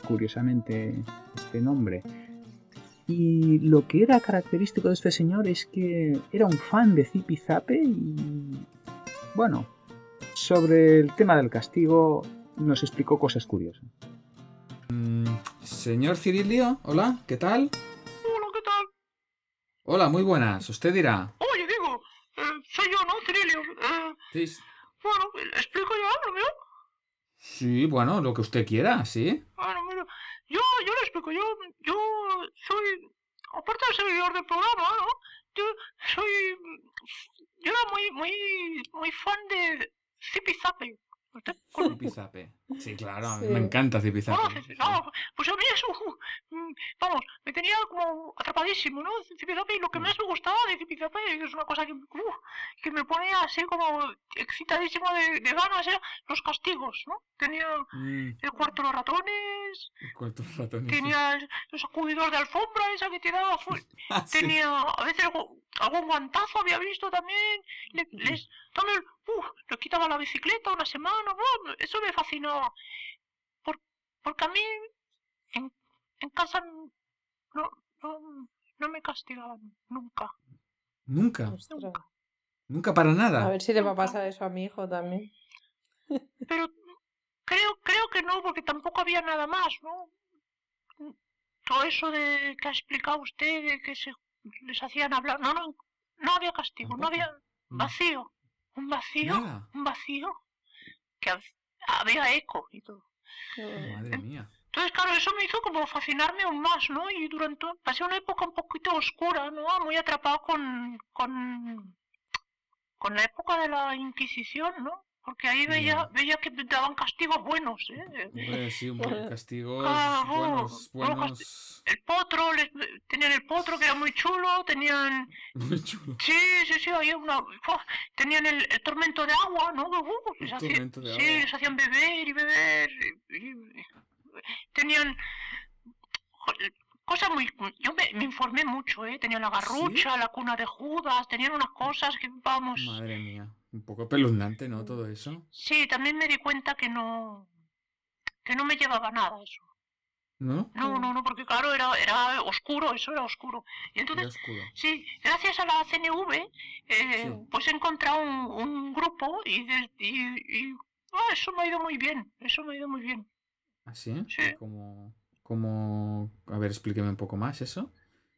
[SPEAKER 1] curiosamente este nombre. Y lo que era característico de este señor es que era un fan de Zipizape y... Bueno, sobre el tema del castigo nos explicó cosas curiosas.
[SPEAKER 16] Mm, Señor Cirilio, hola, ¿qué tal? Hola, ¿qué tal? Hola, muy buenas. Usted dirá.
[SPEAKER 21] Oye, digo, eh, soy yo, ¿no, Cirilio? eh.
[SPEAKER 16] Sí,
[SPEAKER 21] bueno, explico yo, hablo yo.
[SPEAKER 16] sí, bueno, lo que usted quiera, ¿sí?
[SPEAKER 21] Bueno, Ah, mira, yo, yo lo explico, yo, yo soy, aparte de servidor del programa, ¿no? Yo soy, yo era muy, muy, muy fan de Zipi Zapi.
[SPEAKER 16] Zipizape. Sí, claro, a mí
[SPEAKER 21] Oh, Sí.
[SPEAKER 16] me encanta Zipizape.
[SPEAKER 21] ¿Conoces? No, pues a mí eso, mm, vamos, me tenía como atrapadísimo, ¿no? Zipi Zapi, lo que más me gustaba de Zipi Zapi, que es una cosa que, uf, que me ponía así como excitadísimo de, de ganas, era los castigos, ¿no? Tenía
[SPEAKER 16] Mm,
[SPEAKER 21] el cuarto de los ratones,
[SPEAKER 16] ¿Cuántos ratones?
[SPEAKER 21] Tenía el, el sacudidor de alfombra esa que tiraba fuerte. Tenía a veces algo- algún guantazo, había visto también. Le, les, también, uf, les quitaba la bicicleta una semana. buah, eso me fascinaba. Por- porque a mí en, en casa no, no, no me castigaban nunca.
[SPEAKER 16] Nunca,
[SPEAKER 21] Pues,
[SPEAKER 22] Ostras.
[SPEAKER 16] nunca para
[SPEAKER 22] A
[SPEAKER 16] nada.
[SPEAKER 22] ver si le va a pasar eso a mi hijo también.
[SPEAKER 21] Pero creo, creo que no, porque tampoco había nada más, ¿no? Todo eso de que ha explicado usted, de que se les hacían hablar. No, no, no había castigo, no había vacío. Un vacío,
[SPEAKER 16] Nada.
[SPEAKER 21] un vacío, que hab- había eco y todo.
[SPEAKER 16] Madre mía.
[SPEAKER 21] Entonces, claro, eso me hizo como fascinarme aún más, ¿no? Y durante, pasé una época un poquito oscura, ¿no? Muy atrapado con, con, con la época de la Inquisición, ¿no? Porque ahí veía, veía que daban castigos buenos, ¿eh?
[SPEAKER 16] Hombre, sí, un buen castigo.
[SPEAKER 21] Ah,
[SPEAKER 16] Buenos,
[SPEAKER 21] bueno,
[SPEAKER 16] buenos.
[SPEAKER 21] El potro, les- tenían el potro que era muy chulo, tenían...
[SPEAKER 16] Muy chulo.
[SPEAKER 21] Sí, sí, sí, había una... ¡fua! Tenían el, el tormento de agua, ¿no? Uh, les
[SPEAKER 16] El
[SPEAKER 21] hacía-
[SPEAKER 16] tormento de
[SPEAKER 21] sí,
[SPEAKER 16] agua.
[SPEAKER 21] les hacían beber y
[SPEAKER 5] Eh,
[SPEAKER 21] beber. y- y- tenían... joder, Cosas muy... Yo me, me informé mucho, ¿eh? Tenían la garrucha, la cuna de Judas, tenían unas cosas que, vamos...
[SPEAKER 16] Madre mía. Un poco espeluznante, ¿no? Todo eso.
[SPEAKER 21] Sí, también me di cuenta que no... Que no me llevaba nada eso.
[SPEAKER 1] ¿No?
[SPEAKER 21] No, no, no, porque claro, era, era oscuro, eso era oscuro. Y entonces,
[SPEAKER 1] oscuro.
[SPEAKER 21] sí, gracias a la CNV, eh, pues he encontrado un, un grupo y, des- y, y- ah, eso me ha ido muy bien, eso me ha ido muy bien.
[SPEAKER 1] ¿Así? Como, como... A ver, explíqueme un poco más eso.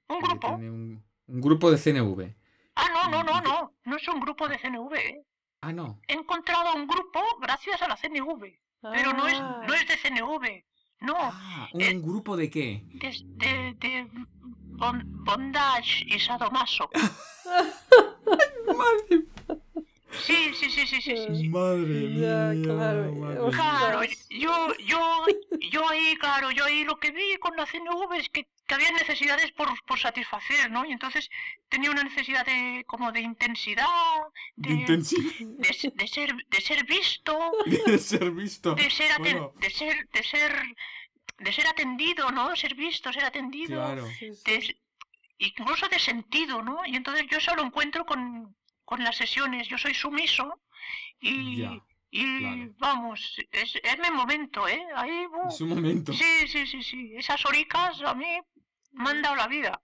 [SPEAKER 21] ¿Un grupo?
[SPEAKER 1] Tiene un, un grupo de CNV.
[SPEAKER 21] Ah, no, no, no, no, no es un grupo de CNV, eh.
[SPEAKER 1] Ah, no.
[SPEAKER 21] He encontrado un grupo gracias a la CNV, pero no es,
[SPEAKER 1] Ah.
[SPEAKER 21] no es de CNV, no,
[SPEAKER 1] Ah, ¿un grupo de qué?
[SPEAKER 21] de, de, de bon- bondage y sadomaso. Sí, sí, sí, sí, sí. sí, sí.
[SPEAKER 1] Madre
[SPEAKER 21] mía.
[SPEAKER 1] Claro,
[SPEAKER 21] yo, yo, yo ahí, claro, yo ahí lo que vi con la CNV es que, que había necesidades por, por satisfacer, ¿no? Y entonces tenía una necesidad de, como de intensidad, de,
[SPEAKER 1] intensidad.
[SPEAKER 21] de, s- de ser, de ser visto,
[SPEAKER 1] De ser visto.
[SPEAKER 21] de ser, aten-
[SPEAKER 1] Bueno,
[SPEAKER 21] de ser, de ser, de ser atendido, ¿no? Ser visto, ser atendido,
[SPEAKER 1] Claro.
[SPEAKER 21] de- incluso de sentido, ¿no? Y entonces yo solo encuentro con, con las sesiones, yo soy sumiso y,
[SPEAKER 1] Ya,
[SPEAKER 21] y
[SPEAKER 1] claro.
[SPEAKER 21] vamos, es, es mi momento, ¿eh? Ahí, buh.
[SPEAKER 1] Es un momento.
[SPEAKER 21] Sí, sí, sí, sí, esas oricas a mí me han dado la vida.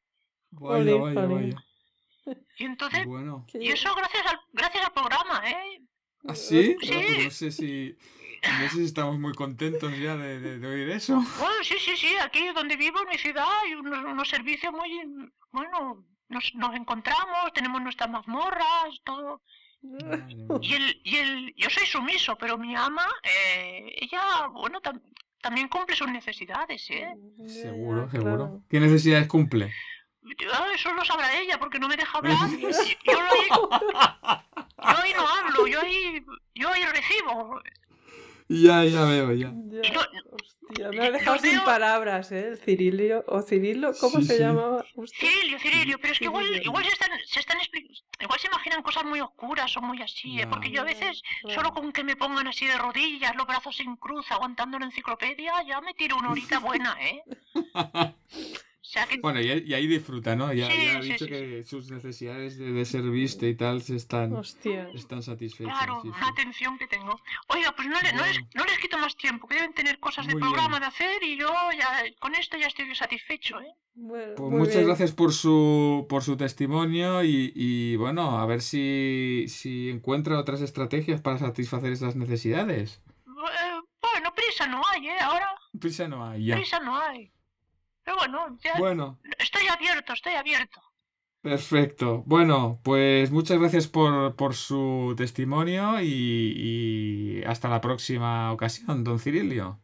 [SPEAKER 1] vaya,
[SPEAKER 21] Jolín,
[SPEAKER 1] vaya,
[SPEAKER 21] jolín.
[SPEAKER 1] vaya.
[SPEAKER 21] Y entonces,
[SPEAKER 1] Bueno.
[SPEAKER 21] y eso gracias al, gracias al programa, ¿eh?
[SPEAKER 1] ¿Ah, sí?
[SPEAKER 21] Sí.
[SPEAKER 1] No, no sé si... No sé si estamos muy contentos ya de, de- de oír eso.
[SPEAKER 21] Bueno, Ah, sí, sí, sí, aquí donde vivo, en mi ciudad, hay unos, unos servicios muy... Bueno, nos, nos encontramos, tenemos nuestras mazmorras, todo. Y el, y el, yo soy sumiso, pero mi ama, eh, ella, bueno, tam- también cumple sus necesidades, ¿eh?
[SPEAKER 1] Seguro, seguro. ¿Qué necesidades cumple?
[SPEAKER 21] Ah, eso lo sabrá ella, porque no me deja hablar. Y- y yo, ahí, yo ahí no hablo, yo ahí, yo ahí recibo.
[SPEAKER 1] Ya, ya veo, ya.
[SPEAKER 4] Hostia,
[SPEAKER 21] eh,
[SPEAKER 4] me ha dejado sin palabras, ¿eh? El Cirilio, o Cirilo, ¿cómo
[SPEAKER 1] Sí,
[SPEAKER 4] se
[SPEAKER 1] sí.
[SPEAKER 4] llamaba? usted?
[SPEAKER 21] Cirilio, Cirilio, pero es que igual, igual se están, se están expli- igual se imaginan cosas muy oscuras o muy así, ¿eh?
[SPEAKER 1] Ya.
[SPEAKER 21] porque yo a veces solo con que me pongan así de rodillas, los brazos sin cruz, aguantando la enciclopedia, ya me tiro una horita buena, ¿eh? O sea que
[SPEAKER 1] Bueno, y, y ahí disfruta, ¿no? Ya,
[SPEAKER 21] Sí,
[SPEAKER 1] ya ha
[SPEAKER 21] sí,
[SPEAKER 1] dicho
[SPEAKER 21] sí,
[SPEAKER 1] que sus necesidades de, de ser vista y tal se están,
[SPEAKER 4] Hostia.
[SPEAKER 1] están satisfechas.
[SPEAKER 21] Claro,
[SPEAKER 1] sí, sí.
[SPEAKER 21] una atención que tengo. Oiga, pues no, le- no, les, no les quito más tiempo, que deben tener cosas de
[SPEAKER 1] Muy
[SPEAKER 21] programa de hacer y yo ya con esto ya estoy satisfecho, ¿eh?
[SPEAKER 1] Pues muchas gracias por su, por su testimonio y, y, bueno, a ver si, si encuentra otras estrategias para satisfacer esas necesidades.
[SPEAKER 21] Eh, bueno, prisa no hay, ¿eh? Ahora
[SPEAKER 1] Prisa no hay, ya.
[SPEAKER 21] prisa no hay. Pero bueno, ya
[SPEAKER 1] Bueno,
[SPEAKER 21] estoy abierto, estoy abierto.
[SPEAKER 1] perfecto. Bueno, pues muchas gracias por, por su testimonio y, y hasta la próxima ocasión, don Cirilio.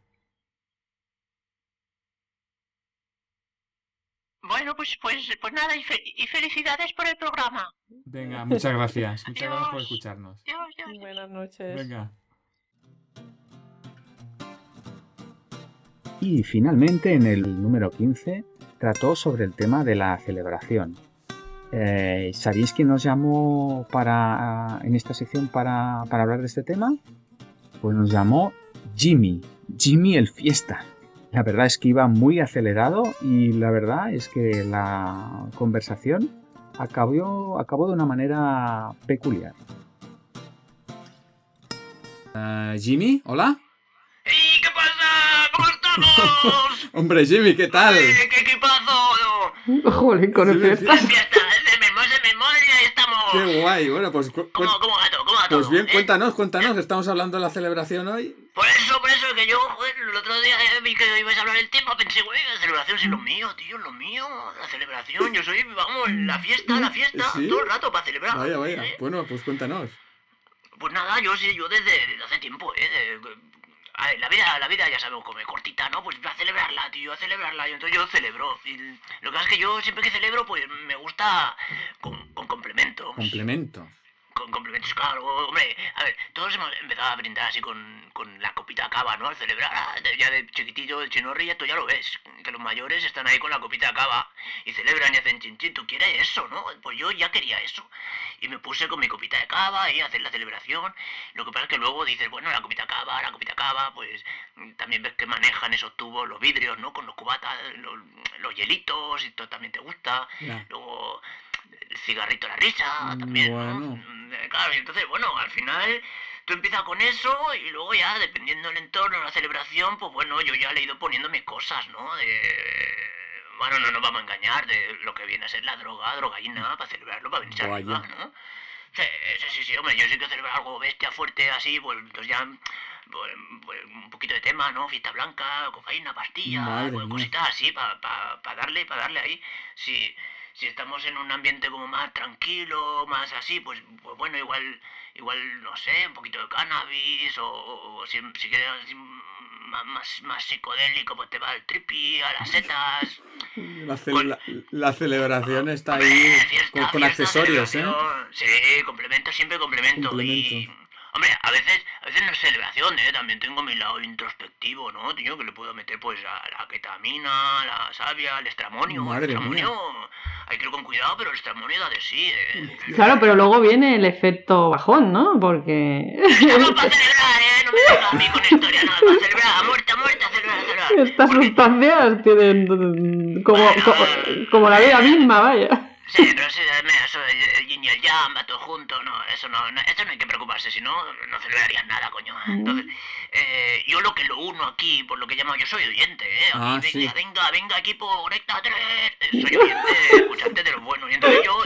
[SPEAKER 21] Bueno, pues pues, pues nada, y, fe- y felicidades por el programa.
[SPEAKER 1] Venga, muchas gracias. Muchas gracias por escucharnos.
[SPEAKER 4] Buenas noches.
[SPEAKER 1] Venga.
[SPEAKER 23] Y finalmente, en el número 15, trató sobre el tema de la celebración. Eh, ¿Sabéis quién nos llamó para, en esta sección para, para hablar de este tema? Pues nos llamó Jimmy, Jimmy el Fiesta. La verdad es que iba muy acelerado y la verdad es que la conversación acabó, acabó de una manera peculiar.
[SPEAKER 1] Ah, Jimmy, hola. Hombre, Jimmy, ¿qué tal?
[SPEAKER 21] ¿Qué equipazo?
[SPEAKER 1] Joder, con el
[SPEAKER 21] Madre, estamos
[SPEAKER 1] Qué guay. Bueno, pues, cu- cu-
[SPEAKER 21] como gato, como gato.
[SPEAKER 1] pues bien, cuéntanos, cuéntanos. Estamos hablando de la celebración hoy.
[SPEAKER 21] Por eso, por eso, que yo, joder, el otro día eh, vi que ibais a hablar del tema, pensé, güey, la celebración
[SPEAKER 1] Mm.
[SPEAKER 21] sí lo mío, tío, lo mío, la celebración, yo soy, vamos, la fiesta, la fiesta,
[SPEAKER 1] ¿Sí?
[SPEAKER 21] todo el rato para celebrar.
[SPEAKER 1] Vaya, vaya.
[SPEAKER 21] ¿eh?
[SPEAKER 1] Bueno, pues cuéntanos.
[SPEAKER 21] Pues nada, yo sí, yo desde, desde hace tiempo, eh, de- a ver, la vida, la vida ya sabemos cómo es cortita, ¿no? Pues a celebrarla, tío, a celebrarla, y entonces yo celebro. Y lo que pasa es que yo siempre que celebro, pues me gusta con, con complemento.
[SPEAKER 1] Complemento.
[SPEAKER 21] Con complementos, claro, hombre. A ver, todos hemos empezado a brindar así con, con la copita cava, ¿no? Al celebrar, ah, de- ya de chiquitito, el chinorri, ya tú ya lo ves. Que los mayores están ahí con la copita cava y celebran y hacen chinchín. Tú quieres eso, ¿no? Pues yo ya quería eso. Y me puse con mi copita de cava y a hacer la celebración. Lo que pasa es que luego dices, bueno, la copita cava, la copita cava, pues mm, también ves que manejan esos tubos, los vidrios, ¿no? Con los cubatas, los, los hielitos, y todo también te gusta.
[SPEAKER 1] Ya.
[SPEAKER 21] Luego el cigarrito, la risa, también, ¿no?
[SPEAKER 1] Bueno.
[SPEAKER 18] eh,
[SPEAKER 21] Mm, Claro, y entonces, bueno, al final
[SPEAKER 18] Tú empiezas con eso y luego ya, dependiendo del entorno, la celebración, pues bueno, yo ya le he ido poniendo mis cosas, ¿no? De... Bueno, no nos vamos a engañar de lo que viene a ser la droga, drogaína, para celebrarlo, para venir arriba,
[SPEAKER 16] Vaya.
[SPEAKER 18] ¿no? Sí, sí, sí, sí, hombre, yo sí que celebrar algo bestia, fuerte, así, pues entonces ya... Pues, pues, un poquito de tema, ¿no? Fiesta blanca, cocaína, pastilla,
[SPEAKER 16] Madre
[SPEAKER 18] pues,
[SPEAKER 16] mía.
[SPEAKER 18] cositas así, para pa, pa darle, para darle ahí. Si, si estamos en un ambiente como más tranquilo, más así, pues, pues bueno, igual, igual, no sé, un poquito de cannabis, o, o- o si, si quieres así, mm, más, más, más psicodélico, pues te va al tripi, a las setas.
[SPEAKER 16] La, cele- la- la celebración está ahí con, con accesorios, ¿eh?
[SPEAKER 18] celebración, Sí, complemento, siempre complemento.
[SPEAKER 16] Complemento.
[SPEAKER 18] Y, hombre, a veces, a veces no es celebración, ¿eh? También tengo mi lado introspectivo, ¿no, tío? Que le puedo meter, pues, a la ketamina, la savia, el estramonio.
[SPEAKER 16] Madre
[SPEAKER 18] el
[SPEAKER 16] mía.
[SPEAKER 18] estramonio, hay que ir con cuidado, pero el estramonio da de sí, ¿eh?
[SPEAKER 4] Claro, pero luego viene el efecto bajón, ¿no? Porque. Estas sustancias tienen. mm, Como, como, como la vida misma, vaya.
[SPEAKER 18] Sí, pero sí, mira, eso, el el yin y el yang, va todo junto, no, eso no, no, esto no hay que preocuparse, si no, no celebrarías nada, coño. Entonces, eh, yo lo que lo uno aquí, por lo que llamo, yo soy oyente, ¿eh? Aquí,
[SPEAKER 16] Ah,
[SPEAKER 18] venga,
[SPEAKER 16] sí.
[SPEAKER 18] venga, venga, equipo, conecta tres, soy oyente, escuchante de los buenos, y entonces yo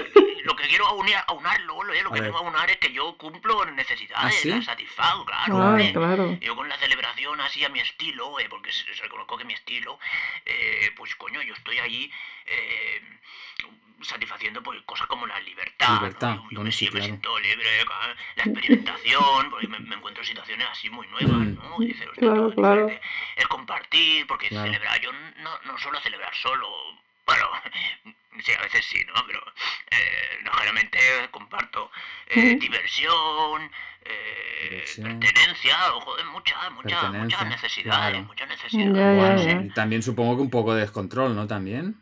[SPEAKER 18] lo que quiero aunir, aunarlo, lo, lo
[SPEAKER 16] A
[SPEAKER 18] que
[SPEAKER 16] ver.
[SPEAKER 18] quiero aunar es que yo cumplo necesidades,
[SPEAKER 16] ¿Ah, sí?
[SPEAKER 18] las satisfago, claro,
[SPEAKER 16] Ah,
[SPEAKER 18] hombre.
[SPEAKER 16] claro.
[SPEAKER 18] Yo con la celebración así a mi estilo, eh, porque se- se reconozco que mi estilo, eh, pues coño, yo estoy ahí... Eh, satisfaciendo pues, cosas como la libertad, ¿no?
[SPEAKER 16] Libertad, bueno, sí, claro.
[SPEAKER 18] todo libre, ca- la experimentación, porque me, me encuentro en situaciones así muy nuevas, ¿no? Y dices, "Hostia,
[SPEAKER 4] Claro, claro.
[SPEAKER 18] el compartir, porque
[SPEAKER 4] Claro.
[SPEAKER 18] celebrar, yo no, no suelo celebrar solo, bueno, sí, a veces sí, ¿no? Pero eh, no, generalmente comparto eh,
[SPEAKER 16] Ujú.
[SPEAKER 18] diversión, eh, pertenencia, o, joder, muchas, muchas, muchas
[SPEAKER 16] Pertenencia,
[SPEAKER 18] necesidades,
[SPEAKER 16] claro.
[SPEAKER 18] muchas necesidades.
[SPEAKER 16] Bueno,
[SPEAKER 4] ya.
[SPEAKER 16] y también supongo que un poco de descontrol, ¿no? También.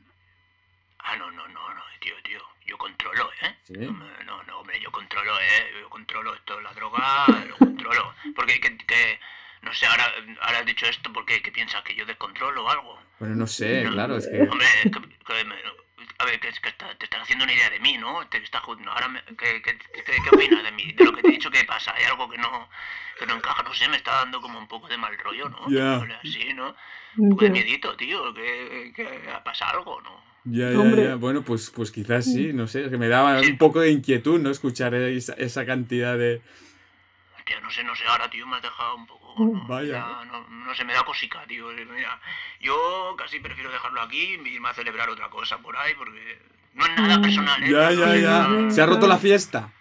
[SPEAKER 18] Ah, no, no, no, no, tío, tío, yo controlo, ¿eh?
[SPEAKER 16] Sí.
[SPEAKER 18] No, no, no, hombre, yo controlo, ¿eh? Yo controlo esto, la droga, lo controlo. Porque, que, que- no sé, ahora, ahora has dicho esto porque ¿qué piensas que yo descontrolo o algo.
[SPEAKER 16] Bueno, no sé,
[SPEAKER 18] No,
[SPEAKER 16] claro, es que.
[SPEAKER 18] Hombre, que, que me- a ver, que, es que está- te estás haciendo una idea de mí, ¿no? Te estás, juzgando. ahora me- ¿qué, qué, qué, qué opinas de mí? De lo que te he dicho, ¿qué pasa? Hay algo que no, que no encaja, no sé, me está dando como un poco de mal rollo, ¿no?
[SPEAKER 16] Ya.
[SPEAKER 18] Hable Así, ¿no?
[SPEAKER 16] Ya.
[SPEAKER 18] Un poco de miedito, tío, que, que pasa algo, ¿no?
[SPEAKER 16] Ya, ya,
[SPEAKER 18] Hombre.
[SPEAKER 16] ya. Bueno, pues, pues quizás sí, no sé, es que me daba un poco de inquietud, ¿no? Escuchar esa, esa cantidad de.
[SPEAKER 18] Hostia, no sé, no sé, ahora, tío, me has dejado un poco...
[SPEAKER 16] Mm, Vaya.
[SPEAKER 18] Ya, no, no se me da cosica, tío. eh, Mira, yo casi prefiero dejarlo aquí y irme a celebrar otra cosa por ahí, porque no es nada personal, ¿eh?
[SPEAKER 16] Mm, Ya,
[SPEAKER 18] No,
[SPEAKER 16] ya,
[SPEAKER 18] no,
[SPEAKER 16] ya.
[SPEAKER 18] no.
[SPEAKER 16] Se ha roto la fiesta.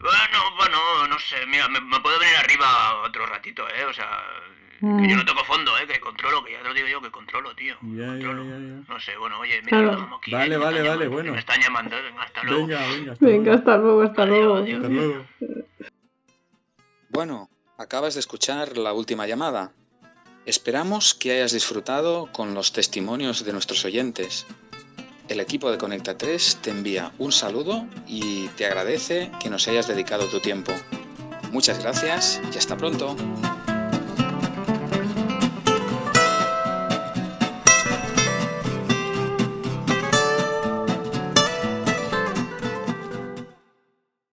[SPEAKER 18] Bueno, bueno, no sé, mira, me, me puedo venir arriba otro ratito, ¿eh? O sea,
[SPEAKER 16] Mm.
[SPEAKER 18] que yo no toco fondo, ¿eh? Que controlo, que ya te lo digo yo, que controlo, tío.
[SPEAKER 16] Ya, ya, ya, ya.
[SPEAKER 18] No sé, bueno, oye, mira,
[SPEAKER 4] Claro.
[SPEAKER 18] lo dejamos aquí.
[SPEAKER 16] Vale,
[SPEAKER 18] ¿eh?
[SPEAKER 16] vale, vale, bueno.
[SPEAKER 18] Me están llamando, venga, hasta luego.
[SPEAKER 16] Venga, venga.
[SPEAKER 4] Venga, hasta luego, hasta luego.
[SPEAKER 24] Bueno, acabas de escuchar la última llamada. Esperamos que hayas disfrutado con los testimonios de nuestros oyentes. El equipo de Conecta 3 te envía un saludo y te agradece que nos hayas dedicado tu tiempo. Muchas gracias y hasta pronto.